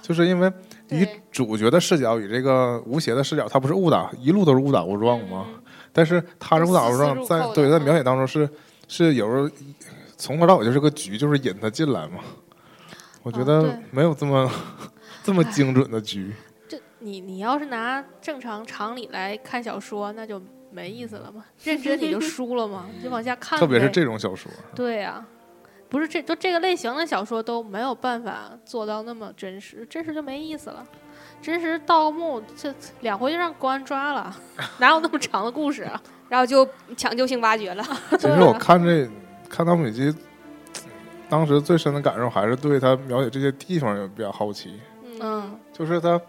Speaker 1: 就是因为以
Speaker 5: 对
Speaker 1: 主角的视角与这个吴邪的视角，他不是误打一路都是误打误撞吗？
Speaker 3: 嗯
Speaker 1: 但是他是误打误
Speaker 5: 丝丝
Speaker 1: 撞，
Speaker 5: 入
Speaker 1: 在
Speaker 5: 扣的
Speaker 1: 对在
Speaker 5: 嗯
Speaker 1: 描写当中是是有时候从头到尾就是个局，就是引他进来嘛。我觉
Speaker 3: 哦
Speaker 1: 得
Speaker 3: 对
Speaker 1: 没有这么 这么精准的局，
Speaker 3: 这你你要是拿正常常理来看小说，那就没意思了嘛，认真你就输了嘛，你就往下看呗。
Speaker 1: 特别是这种小说。
Speaker 3: 啊对呀、不是这就这个类型的小说都没有办法做到那么真实，真实就没意思了。真实盗墓这两回就让公安抓了， 哪有那么长的故事啊？
Speaker 5: 然后就抢救性挖 掘了。
Speaker 1: 其实我看这看《盗墓笔记》，当时最深的感受还是对他描写这些地方有比较好奇，
Speaker 5: 嗯
Speaker 3: 嗯，
Speaker 1: 就是他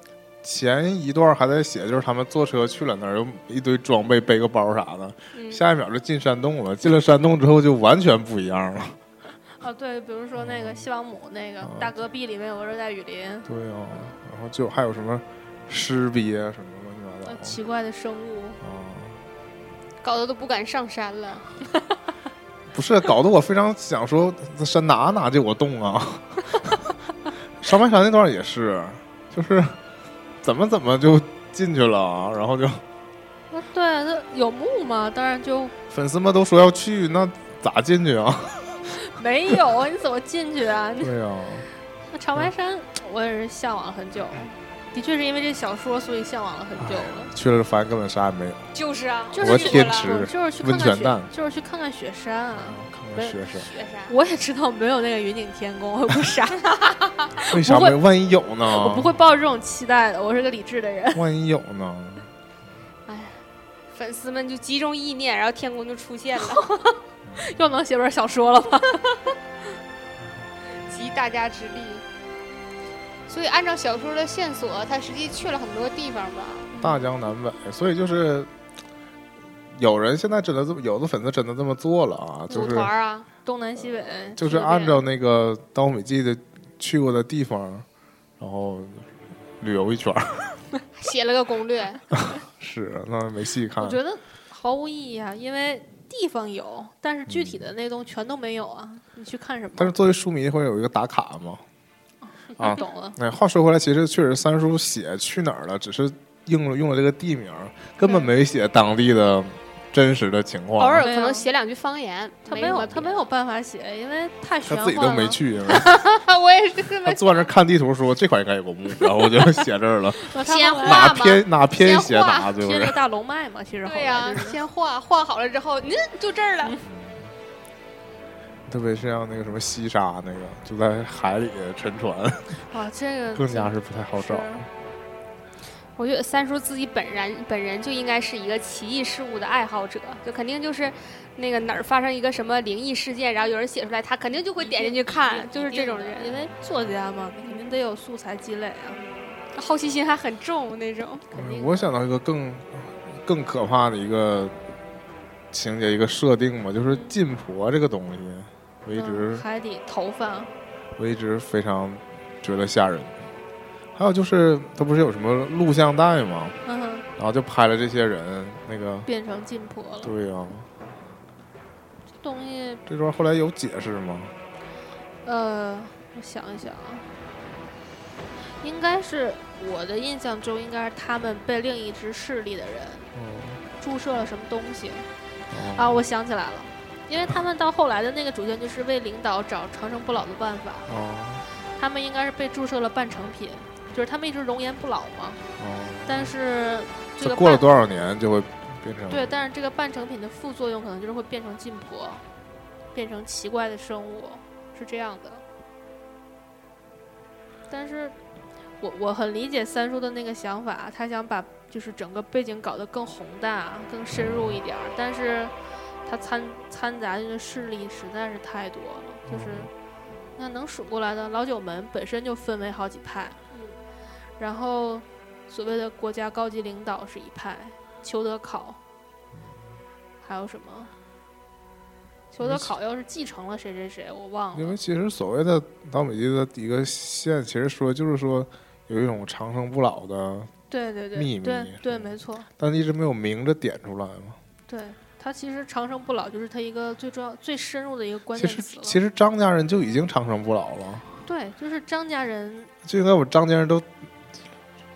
Speaker 1: 前一段还在写，就是他们坐车去了那儿，有一堆装备，背个包啥的，
Speaker 5: 嗯
Speaker 1: 下一秒就进山洞了。进了山洞之后就完全不一样了。
Speaker 3: 啊，对，比如说那
Speaker 1: 嗯
Speaker 3: 个西王母那个
Speaker 1: 啊
Speaker 3: 大戈壁里面有个热带雨林，
Speaker 1: 对啊，然后就还有什么尸鳖啊什么乱七八
Speaker 3: 呃，
Speaker 1: 糟
Speaker 3: 奇怪的生物，
Speaker 1: 的啊。
Speaker 5: 搞得都不敢上山了。
Speaker 1: 不是，搞得我非常想说，这山哪哪就有洞啊！ 上半山那段也是，就是怎么怎么就进去了啊，然后就
Speaker 3: 那对，啊那有墓吗？当然就
Speaker 1: 粉丝们都说要去，那咋进去啊？
Speaker 3: 没有啊！你怎么进去啊？
Speaker 1: 对呀、
Speaker 3: 那长白山我也是向往了很久，
Speaker 1: 嗯
Speaker 3: 的确是因为这小说，所以向往了很久了。
Speaker 1: 去了发现根本啥也没有，
Speaker 5: 就是啊，
Speaker 3: 就
Speaker 1: 啊我
Speaker 3: 是去
Speaker 1: 天
Speaker 3: 了
Speaker 1: 池
Speaker 3: 我就是去
Speaker 1: 温
Speaker 3: 看看
Speaker 1: 泉蛋嗯
Speaker 3: 雪，就是去看看雪山啊。
Speaker 1: 看看
Speaker 3: 对
Speaker 1: 学生
Speaker 5: 雪山。
Speaker 3: 我也知道没有那个云顶天宫，我又不傻，
Speaker 1: 嗯为啥没有？万一有呢？
Speaker 3: 我不会，抱这种期待的，我是个理智的人。
Speaker 1: 万一有呢？
Speaker 5: 粉丝们就集中意念，然后天宫就出现了，
Speaker 3: 又能写本小说了吧？
Speaker 5: 集大家之力。所以按照小说的线索，他实际去了很多地方吧？
Speaker 1: 大江南北，所以就是有人现在真的这么，有的粉丝真的这么做了啊，就
Speaker 5: 组
Speaker 1: 是
Speaker 5: 团啊，
Speaker 3: 东南西北，
Speaker 1: 就是按照那个《盗墓笔记》的去过的地方，然后旅游一圈 儿。
Speaker 5: 写了个攻略。
Speaker 1: 是，那没细看
Speaker 3: 我。觉得毫无意义啊，因为地方有，但是
Speaker 1: 嗯
Speaker 3: 具体的那东西全都没有啊。你去看什么？
Speaker 1: 但是作为书迷会有一个打卡嘛。啊
Speaker 3: 懂了，
Speaker 1: 哎，话说回来，其实确实三叔写去哪儿了，只是用了用了这个地名儿，根本没写当地的真实的情
Speaker 5: 偶尔
Speaker 1: 况。
Speaker 5: 可能写两句方言，
Speaker 3: 他
Speaker 5: 没
Speaker 3: 没有
Speaker 5: 什么
Speaker 3: 他没有办法写，因为太玄
Speaker 1: 他
Speaker 3: 幻
Speaker 1: 自
Speaker 3: 了。
Speaker 1: 己都没去， 因为
Speaker 5: 别的。 我也是这么
Speaker 1: 他坐那儿看地图说这块应该有个墓，然后我就写这儿 了，
Speaker 3: 那他
Speaker 5: 先
Speaker 3: 后来
Speaker 5: 画
Speaker 1: 哪
Speaker 5: 啊嘛
Speaker 1: 偏哪偏
Speaker 5: 先
Speaker 1: 写哪，就
Speaker 3: 贴
Speaker 1: 是
Speaker 3: 着大龙脉嘛，其实后
Speaker 5: 对
Speaker 3: 来
Speaker 5: 呀、
Speaker 3: 就是
Speaker 5: 先画画好了之后，您就这儿了。
Speaker 1: 特别像那个什么西沙那个，就在海里沉 船，
Speaker 3: 哇，这 个
Speaker 1: 更加是不太好找。
Speaker 5: 我觉得三叔自己本人本人就应该是一个奇异事物的爱好者，就肯定就是那个哪儿发生一个什么灵异事件，然后有人写出来，他肯定就会点进去
Speaker 3: 哎
Speaker 5: 看，就是这种
Speaker 3: 因
Speaker 5: 人，
Speaker 3: 为作家嘛，肯定得有素材积累啊。
Speaker 5: 好奇心还很重那种。
Speaker 3: 肯
Speaker 1: 嗯
Speaker 3: 定
Speaker 1: 我想到一个更更可怕的一个情节，一个设定嘛，就是禁婆这个东西，我一直、
Speaker 3: 嗯海底头发，
Speaker 1: 我一直非常觉得吓人。还有就是，他不是有什么录像带嘛，
Speaker 3: 嗯哼，
Speaker 1: 然后就拍了这些人，那个
Speaker 3: 变成禁婆了。
Speaker 1: 对呀、
Speaker 3: 这东西，
Speaker 1: 这段后来有解释吗？
Speaker 3: 呃，我想一想啊，应该是我的印象中，应该是他们被另一支势力的人
Speaker 1: 嗯，
Speaker 3: 注射了什么东西啊！
Speaker 1: 哦
Speaker 3: 我想起来了，因为他们到后来的那个主线就是为领导找长生不老的办法，
Speaker 1: 哦
Speaker 3: 他们应该是被注射了半成品，就是他们一直容颜不老嘛。
Speaker 1: 哦，
Speaker 3: 但是这
Speaker 1: 这
Speaker 3: 个
Speaker 1: 过了
Speaker 3: 半
Speaker 1: 多少年就会变成
Speaker 3: 对，但是这个半成品的副作用可能就是会变成禁婆，变成奇怪的生物，是这样的。但是我我很理解三叔的那个想法，他想把就是整个背景搞得更宏大、更深入一点儿，但是他掺掺杂这个势力实在是太多了，就是那能数过来的老九门本身就分为好几派，然后所谓的国家高级领导是一派，裘德考，还有什么？裘德考要是继承了谁谁谁，我忘
Speaker 1: 因
Speaker 3: 了
Speaker 1: 为。其实所谓的当美记的一个线，其实说就是说有一种长生不老的，
Speaker 3: 对对对，
Speaker 1: 秘密
Speaker 3: 对对，
Speaker 1: 是
Speaker 3: 没错，
Speaker 1: 但是一直没有明着点出来嘛。
Speaker 3: 对。他其实长生不老就是他一个最重要、最深入的一个关
Speaker 1: 其
Speaker 3: 键
Speaker 1: 实
Speaker 3: 词了。
Speaker 1: 其实张家人就已经长生不老了，
Speaker 3: 对，就是张家人
Speaker 1: 就应该把张家人都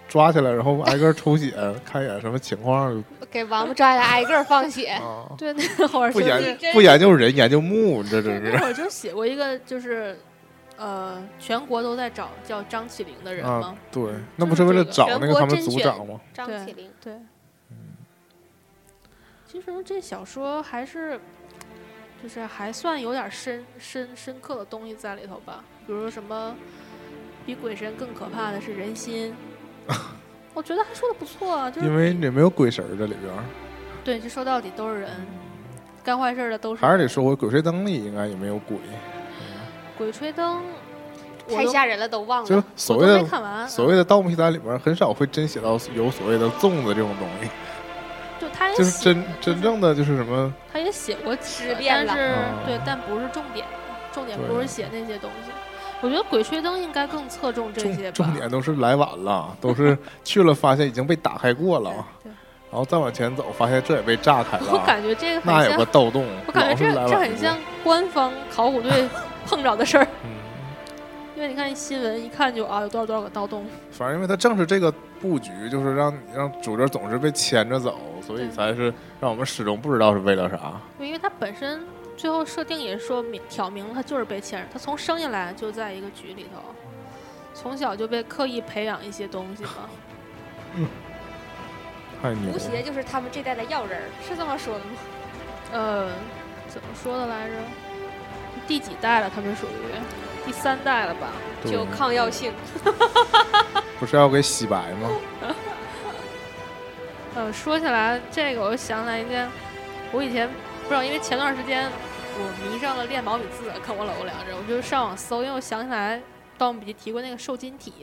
Speaker 1: 抓起来，然后挨个抽血看一眼什么情况
Speaker 5: 给王八抓下来挨个儿放
Speaker 3: 哎。
Speaker 5: 血，
Speaker 1: 啊
Speaker 3: 对那会儿
Speaker 1: 不
Speaker 3: 就
Speaker 1: 研
Speaker 3: 是
Speaker 5: 真
Speaker 1: 不研究人研究木，你这真
Speaker 3: 那
Speaker 1: 是
Speaker 3: 会儿就写过一个就是呃全国都在找叫张起灵的人
Speaker 1: 啊
Speaker 3: 嘛，，
Speaker 1: 对
Speaker 3: 嗯，
Speaker 1: 那不是为了
Speaker 3: 就是这个
Speaker 1: 找那
Speaker 5: 全
Speaker 1: 个
Speaker 5: 国
Speaker 1: 他们
Speaker 5: 甄
Speaker 1: 组
Speaker 5: 选
Speaker 1: 长吗？
Speaker 5: 张
Speaker 3: 对
Speaker 5: 起灵。
Speaker 3: 对。
Speaker 1: 嗯
Speaker 3: 其实这小说还是就是还算有点深深深刻的东西在里头吧，比如什么比鬼神更可怕的是人 心。我觉得还说的不错啊，就是
Speaker 1: 因为
Speaker 3: 比
Speaker 1: 也没有鬼神儿这里边儿，
Speaker 3: 对，就说到底都是人，干坏事儿的都
Speaker 1: 嗯
Speaker 3: 是
Speaker 1: 还是得
Speaker 3: 人
Speaker 1: 说回《鬼吹灯》里应该也没有鬼。
Speaker 3: 鬼吹灯，我
Speaker 5: 太
Speaker 3: 都
Speaker 5: 吓人了，都忘
Speaker 1: 就
Speaker 5: 了
Speaker 1: 是。所
Speaker 3: 哦我
Speaker 1: 谓
Speaker 3: 都
Speaker 1: 的
Speaker 3: 没看完，
Speaker 1: 所谓的《盗墓笔记》里面很少会真写到有所谓的粽子这种东
Speaker 3: 嗯
Speaker 1: 西，
Speaker 3: 就他也
Speaker 1: 就是
Speaker 3: 写
Speaker 1: 真真正的就是什么
Speaker 3: 他也写过纸
Speaker 5: 尸变了
Speaker 3: 但是、
Speaker 1: 嗯
Speaker 3: 对，但不是重点，重点
Speaker 1: 对
Speaker 3: 不是写那些东西。我觉得《鬼吹灯》应该更侧重这些吧
Speaker 1: 重。重点都是来晚了， 都是去了发现已经被打开过了，啊
Speaker 3: 对，
Speaker 1: 然后再往前走发现这也被炸开
Speaker 3: 我
Speaker 1: 了，
Speaker 3: 感觉这个很
Speaker 1: 那有
Speaker 3: 像
Speaker 1: 个，盗洞，
Speaker 3: 我感觉
Speaker 1: 老是来
Speaker 3: 这这
Speaker 1: 晚
Speaker 3: 很
Speaker 1: 了
Speaker 3: 像官方考古队 碰着的事儿，
Speaker 1: 嗯
Speaker 3: 因为你看新闻一看就啊有多少多少个盗洞，
Speaker 1: 反正因为它正是这个布局，就是让让主角总是被牵着走，所以
Speaker 3: 对
Speaker 1: 才是让我们始终不知道是为了啥。
Speaker 3: 对因为它本身最后设定也说明挑明了，他就是被牵着，他从生下来就在一个局里头，从小就被刻意培养一些东西嘛。
Speaker 1: 太牛
Speaker 5: 吴
Speaker 1: 了！
Speaker 5: 邪就是他们这代的药人儿，是这么说的吗？
Speaker 3: 呃，怎么说的来着？第几代了？他们属于第三代了吧？
Speaker 1: 对
Speaker 5: 就抗药性，
Speaker 1: 不是要给洗白吗？
Speaker 3: 呃，说起来这个，我就想起来一件，我以前不知道，因为前段时间我迷上了练毛笔字，跟我老公聊着，我就上网搜，因为我想起来《盗墓笔记》提过那个瘦金体，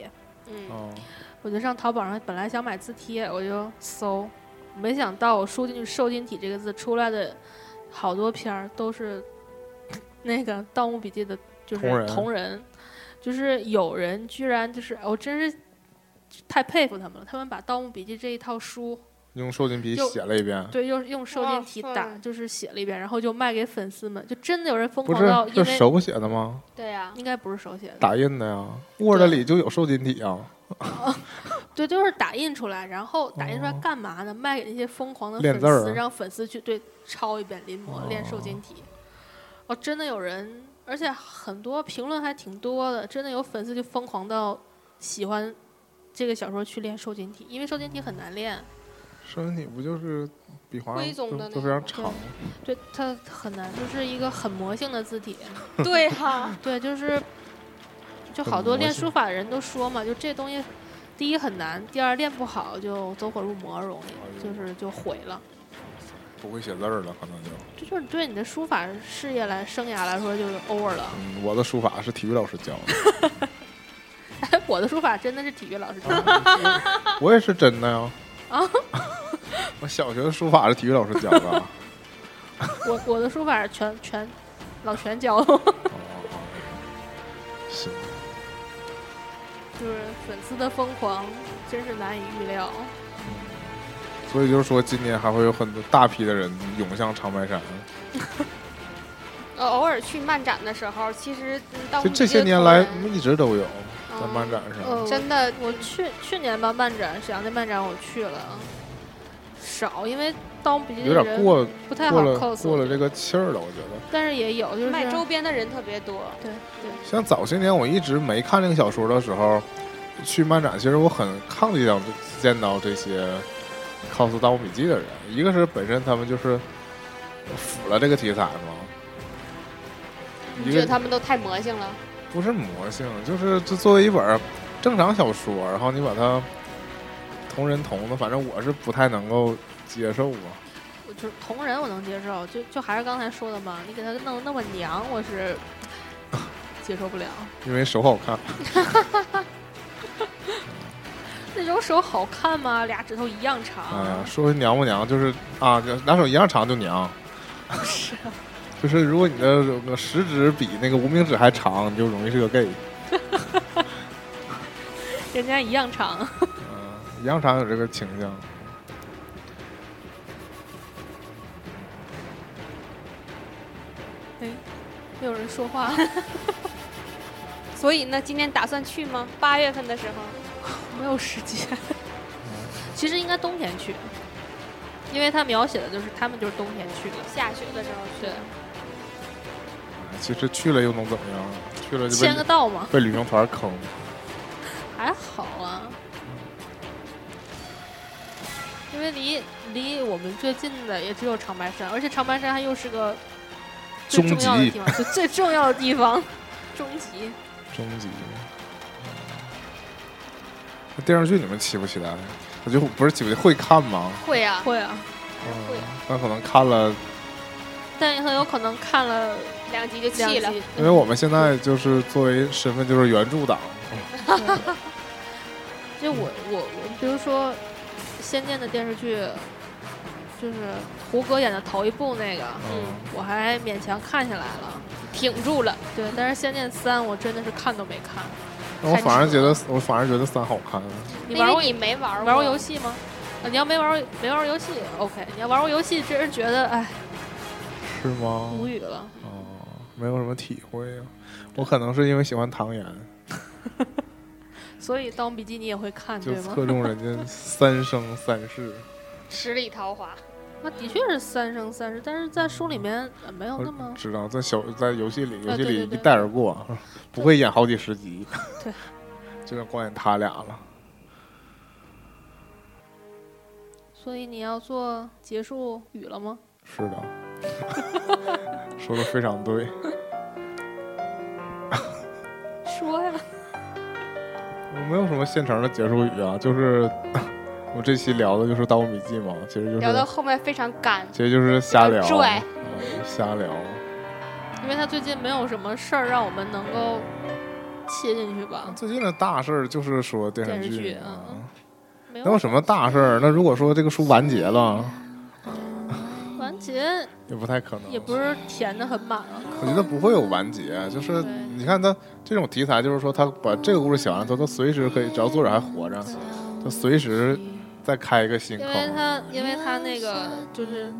Speaker 5: 嗯，
Speaker 1: 哦，
Speaker 3: 我就上淘宝上本来想买字帖，我就搜，没想到我输进去“瘦金体”这个字出来的好多篇儿都是 那个《盗墓笔记》的，就是
Speaker 1: 同人
Speaker 3: 同人，就是有人居然就是我真是太佩服他们了，他们把《盗墓笔记》这一套书
Speaker 1: 用瘦金笔
Speaker 3: 就
Speaker 1: 写了一遍，
Speaker 3: 对，用用瘦
Speaker 5: 哇
Speaker 3: 金体打，
Speaker 5: 塞
Speaker 3: 就是写了一遍，然后就卖给粉丝们，就真的有人疯
Speaker 1: 不
Speaker 3: 狂
Speaker 1: 是
Speaker 3: 到，因
Speaker 1: 这
Speaker 3: 为
Speaker 1: 手写的吗？
Speaker 5: 对啊呀，
Speaker 3: 应该不是 手写的，
Speaker 1: 打印的呀，Word 里就有瘦金体啊，
Speaker 3: 对，就是打印出来，然后打印出来
Speaker 1: 哦
Speaker 3: 干嘛呢？卖给那些疯狂的
Speaker 1: 练
Speaker 3: 粉
Speaker 1: 字儿
Speaker 3: 丝，
Speaker 1: 啊
Speaker 3: 让粉丝去对抄一遍临摹练瘦金体。哦，真的有人，而且很多评论还挺多的，真的有粉丝就疯狂到喜欢这个小说去练瘦金体，因为瘦金体很难练。
Speaker 1: 瘦金体不就是笔划
Speaker 5: 徽宗
Speaker 1: 都
Speaker 5: 的那
Speaker 1: 都非常
Speaker 5: 种
Speaker 1: 长？
Speaker 3: 对，它很难，就是一个很魔性的字体。
Speaker 5: 对哈，
Speaker 3: 对，就是就
Speaker 1: 很
Speaker 3: 好多
Speaker 1: 魔
Speaker 3: 练
Speaker 1: 性
Speaker 3: 书法的人都说嘛，就这东西，第一很难，第二练不好就走火入魔，容易
Speaker 1: 哎
Speaker 3: 就
Speaker 1: 呦
Speaker 3: 是就毁了。
Speaker 1: 不会写字儿了，可能就。
Speaker 3: 这就是对你的书法事业来生涯来说就是 over 了。
Speaker 1: 嗯，我的书法是体育老师教 的，
Speaker 3: 我的书法真的是体育老师教的，
Speaker 1: 啊我也是真的呀。
Speaker 3: 啊，
Speaker 1: 我小学的书法是体育老师教 的啊。
Speaker 3: 我我的书法是全全老全教 的，
Speaker 1: 哦哦哦行。
Speaker 3: 就是粉丝的疯狂真是难以预料。
Speaker 1: 所以就是说，今年还会有很多大批的人涌向长白山。
Speaker 5: 呃，偶尔去漫展的时候，其实嗯盗墓
Speaker 1: 就
Speaker 5: 笔
Speaker 1: 这
Speaker 5: 记
Speaker 1: 些
Speaker 5: 的
Speaker 1: 年
Speaker 5: 同
Speaker 1: 来
Speaker 5: 人
Speaker 1: 一直都有，
Speaker 3: 哦
Speaker 1: 在
Speaker 5: 嗯
Speaker 1: 漫展上
Speaker 3: 呃
Speaker 5: 真的
Speaker 3: 我去去年吧漫展，沈阳的漫展我去了，少，因为盗墓笔记
Speaker 1: 有
Speaker 3: 的
Speaker 1: 点
Speaker 3: 人
Speaker 1: 过
Speaker 3: 不太好
Speaker 1: 过了
Speaker 3: cos，
Speaker 1: 过了
Speaker 3: 我
Speaker 1: 这
Speaker 3: 觉得
Speaker 1: 个气儿了，我觉得。
Speaker 3: 但是也有就是
Speaker 5: 卖周边的人特别多，
Speaker 3: 对对，
Speaker 1: 像早些年我一直没看这个小说的时候，去漫展，其实我很抗拒到见到这些 cos《盗墓笔记》的人，一个是本身他们就是腐了这个题材嘛，
Speaker 5: 你
Speaker 1: 一
Speaker 5: 觉
Speaker 1: 个
Speaker 5: 得他们都太魔性了？
Speaker 1: 不是魔性，就是这作为一本儿正常小说，然后你把它同人同的，反正我是不太能够接受啊。
Speaker 3: 我就是同人我能接受，就就还是刚才说的嘛，你给他弄那么娘，我是 接受不了。
Speaker 1: 因为手好看，
Speaker 3: 那种手好看吗？俩指头一样长，
Speaker 1: 哎呀，说娘不娘，就是啊，就拿手一样长就娘，
Speaker 3: 是啊
Speaker 1: 就是如果你的这个食指比那个无名指还长，你就容易是个 gay。
Speaker 3: 人家一样长。
Speaker 1: 嗯、一样长有这个倾向。
Speaker 3: 没有人说 话，
Speaker 5: 所以呢，今年打算去吗？八月份的时候，
Speaker 3: 没有时间。
Speaker 1: 嗯
Speaker 3: 其实应该冬天去，因为他描写的就是他们就是冬天去的。
Speaker 5: 呃下雪的时候去
Speaker 3: 对。，
Speaker 1: 哎其实去了又能怎么样？去了就
Speaker 3: 签个
Speaker 1: 被
Speaker 3: 到嘛，
Speaker 1: 被旅行团坑。
Speaker 3: 还好啊。因为离离我们最近的也只有长白山，而且长白山它又是个最
Speaker 1: 终
Speaker 3: 重要的
Speaker 1: 极
Speaker 3: 地方， 最最重要的地方，终极。
Speaker 1: 终极。那电视剧你们期不期待？我就不是期不期会看吗？
Speaker 5: 会啊，
Speaker 3: 会啊，
Speaker 1: 嗯
Speaker 5: 会，
Speaker 1: 但可能看了
Speaker 3: 但也很有可能看了
Speaker 5: 两集就
Speaker 3: 两
Speaker 5: 气了。
Speaker 3: 集，
Speaker 1: 因为我们现在就是作为身份就是原著党，
Speaker 3: 就我我我，比如说《仙剑》的电视剧，就是胡歌演的头一部那个，
Speaker 1: 嗯，
Speaker 3: 我还勉强看下来了。
Speaker 5: 挺住了，
Speaker 3: 对，但是《仙剑三》我真的是看都没看。
Speaker 1: 那我反而觉得我反而觉得三好看，
Speaker 3: 你
Speaker 5: 因
Speaker 3: 玩
Speaker 5: 为
Speaker 3: 过
Speaker 5: 你没玩
Speaker 3: 玩过
Speaker 5: 过
Speaker 3: 游，戏吗？啊你要没玩过没玩过游戏，OK。你要玩过游戏，真是觉得哎
Speaker 1: 是吗？
Speaker 3: 无语了。
Speaker 1: 哦，没有什么体会啊。我可能是因为喜欢唐岩，
Speaker 3: 所以《盗墓笔记》你也会看
Speaker 1: 就
Speaker 3: 对吗？
Speaker 1: 侧重人家三生三 世。
Speaker 5: 十里桃花，
Speaker 3: 那的确是三生三世，但是在书里面呃没有
Speaker 1: 我
Speaker 3: 那么哦
Speaker 1: 知道，在小在游戏里，游戏
Speaker 3: 对
Speaker 1: 里
Speaker 3: 对对
Speaker 1: 一带而过，不会演好几十集。
Speaker 3: 对，
Speaker 1: 就光演他俩了。
Speaker 3: 所以你要做结束语了吗？
Speaker 1: 是 的，说的非常对。
Speaker 3: 说呀，
Speaker 1: 我没有什么现成的结束语啊，就是 我这期聊的就是《盗墓笔记》嘛，其实就
Speaker 5: 聊到
Speaker 1: 是
Speaker 5: 后面非常干，
Speaker 1: 其实就是瞎聊，
Speaker 5: 拽
Speaker 1: 嗯瞎聊。
Speaker 3: 因为他最近没有什么事儿让我们能够切进去吧，
Speaker 1: 最近的大事儿就是说电视
Speaker 3: 电视
Speaker 1: 剧
Speaker 3: 剧
Speaker 1: 啊
Speaker 3: 嗯没
Speaker 1: 能有
Speaker 3: 有
Speaker 1: 什么大事儿？那如果说这个书完结了，
Speaker 3: 完结
Speaker 1: 也不太可能。
Speaker 3: 嗯也不是填的很满啊。
Speaker 1: 我觉得不会有完结，啊就是
Speaker 3: 对
Speaker 1: 你看他这种题材，就是说他把这个故事写完了之后，他随时可以，只要作者还活着，
Speaker 3: 啊
Speaker 1: 他随时再开一个新
Speaker 3: 因为
Speaker 1: 坑。
Speaker 3: 他，因为他那个就是，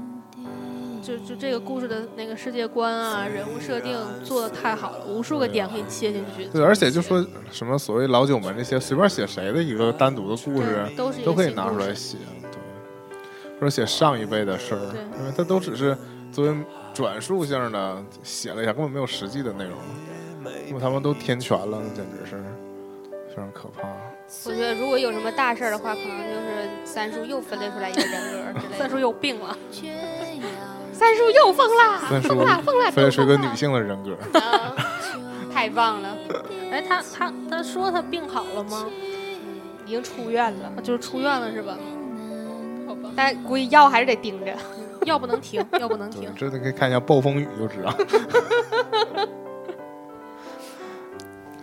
Speaker 3: 就就这个故事的那个世界观啊、人物设定做的太好了，无数个点可以切进去。
Speaker 1: 对，而且就说什么所谓老九门这些，随便写谁的一个单独的故事
Speaker 3: 对，都是一个
Speaker 1: 都可以
Speaker 3: 新
Speaker 1: 拿
Speaker 3: 故
Speaker 1: 出来
Speaker 3: 事
Speaker 1: 写，对，或者写上一辈的事儿，
Speaker 3: 对
Speaker 1: 因为他都只是作为转述性的写了一下，根本没有实际的内容。如果他们都填全了，那简直是非常可怕。
Speaker 3: 哎
Speaker 5: 我觉得如果有什么大事儿的话，可能就是三叔又分裂出来一个人格之类的。
Speaker 3: 三叔有病了，
Speaker 5: 三叔又疯啦，
Speaker 1: 三叔
Speaker 5: 疯啦，疯啦，
Speaker 1: 分
Speaker 5: 都
Speaker 1: 是一
Speaker 5: 疯
Speaker 1: 个
Speaker 5: 啦
Speaker 1: 女性的人 格，
Speaker 5: 啊 太棒了，
Speaker 3: 哎，他他他说他病好了吗？
Speaker 5: 嗯已经出院了，
Speaker 3: 啊就是出院了是吧？好吧，
Speaker 5: 但估计药还是得盯着。
Speaker 3: 药不能停，药不能
Speaker 1: 对
Speaker 3: 停，。
Speaker 1: 这你可以看一下《暴风雨》就知道。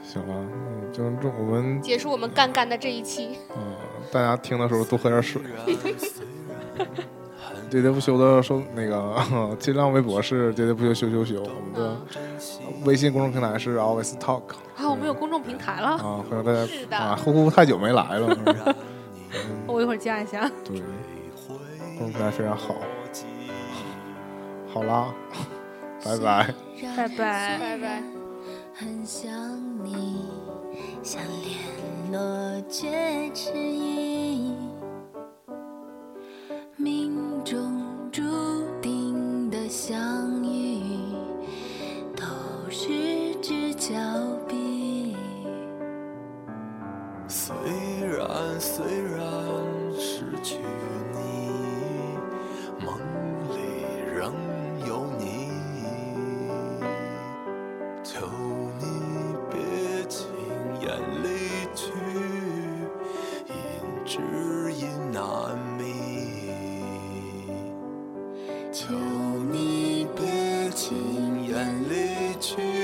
Speaker 1: 行吧，嗯，就是这我们
Speaker 5: 结束我们干干的这一期，
Speaker 1: 嗯，大家听的时候多喝点水。 喋喋不休的说那个， 新浪微博是喋喋不休休休休，我们的微信公众平台是 Always Talk
Speaker 3: 啊，我们有公众平台了，
Speaker 1: 啊，欢迎大
Speaker 5: 嗯是
Speaker 1: 家
Speaker 5: 的
Speaker 1: 啊，呼呼太久没 来了，嗯
Speaker 3: 我一会儿加 一下。
Speaker 1: 对，公众平台非常好，好 啦，拜拜。
Speaker 3: 拜拜。
Speaker 5: 拜拜。
Speaker 7: 很想你，想联络却迟疑，命中注定的相遇，都是只交笔。
Speaker 8: 虽然虽然失去你，梦里仍有你。求你别轻言离去，因知音难觅。
Speaker 7: 求你别轻
Speaker 8: 眼离去，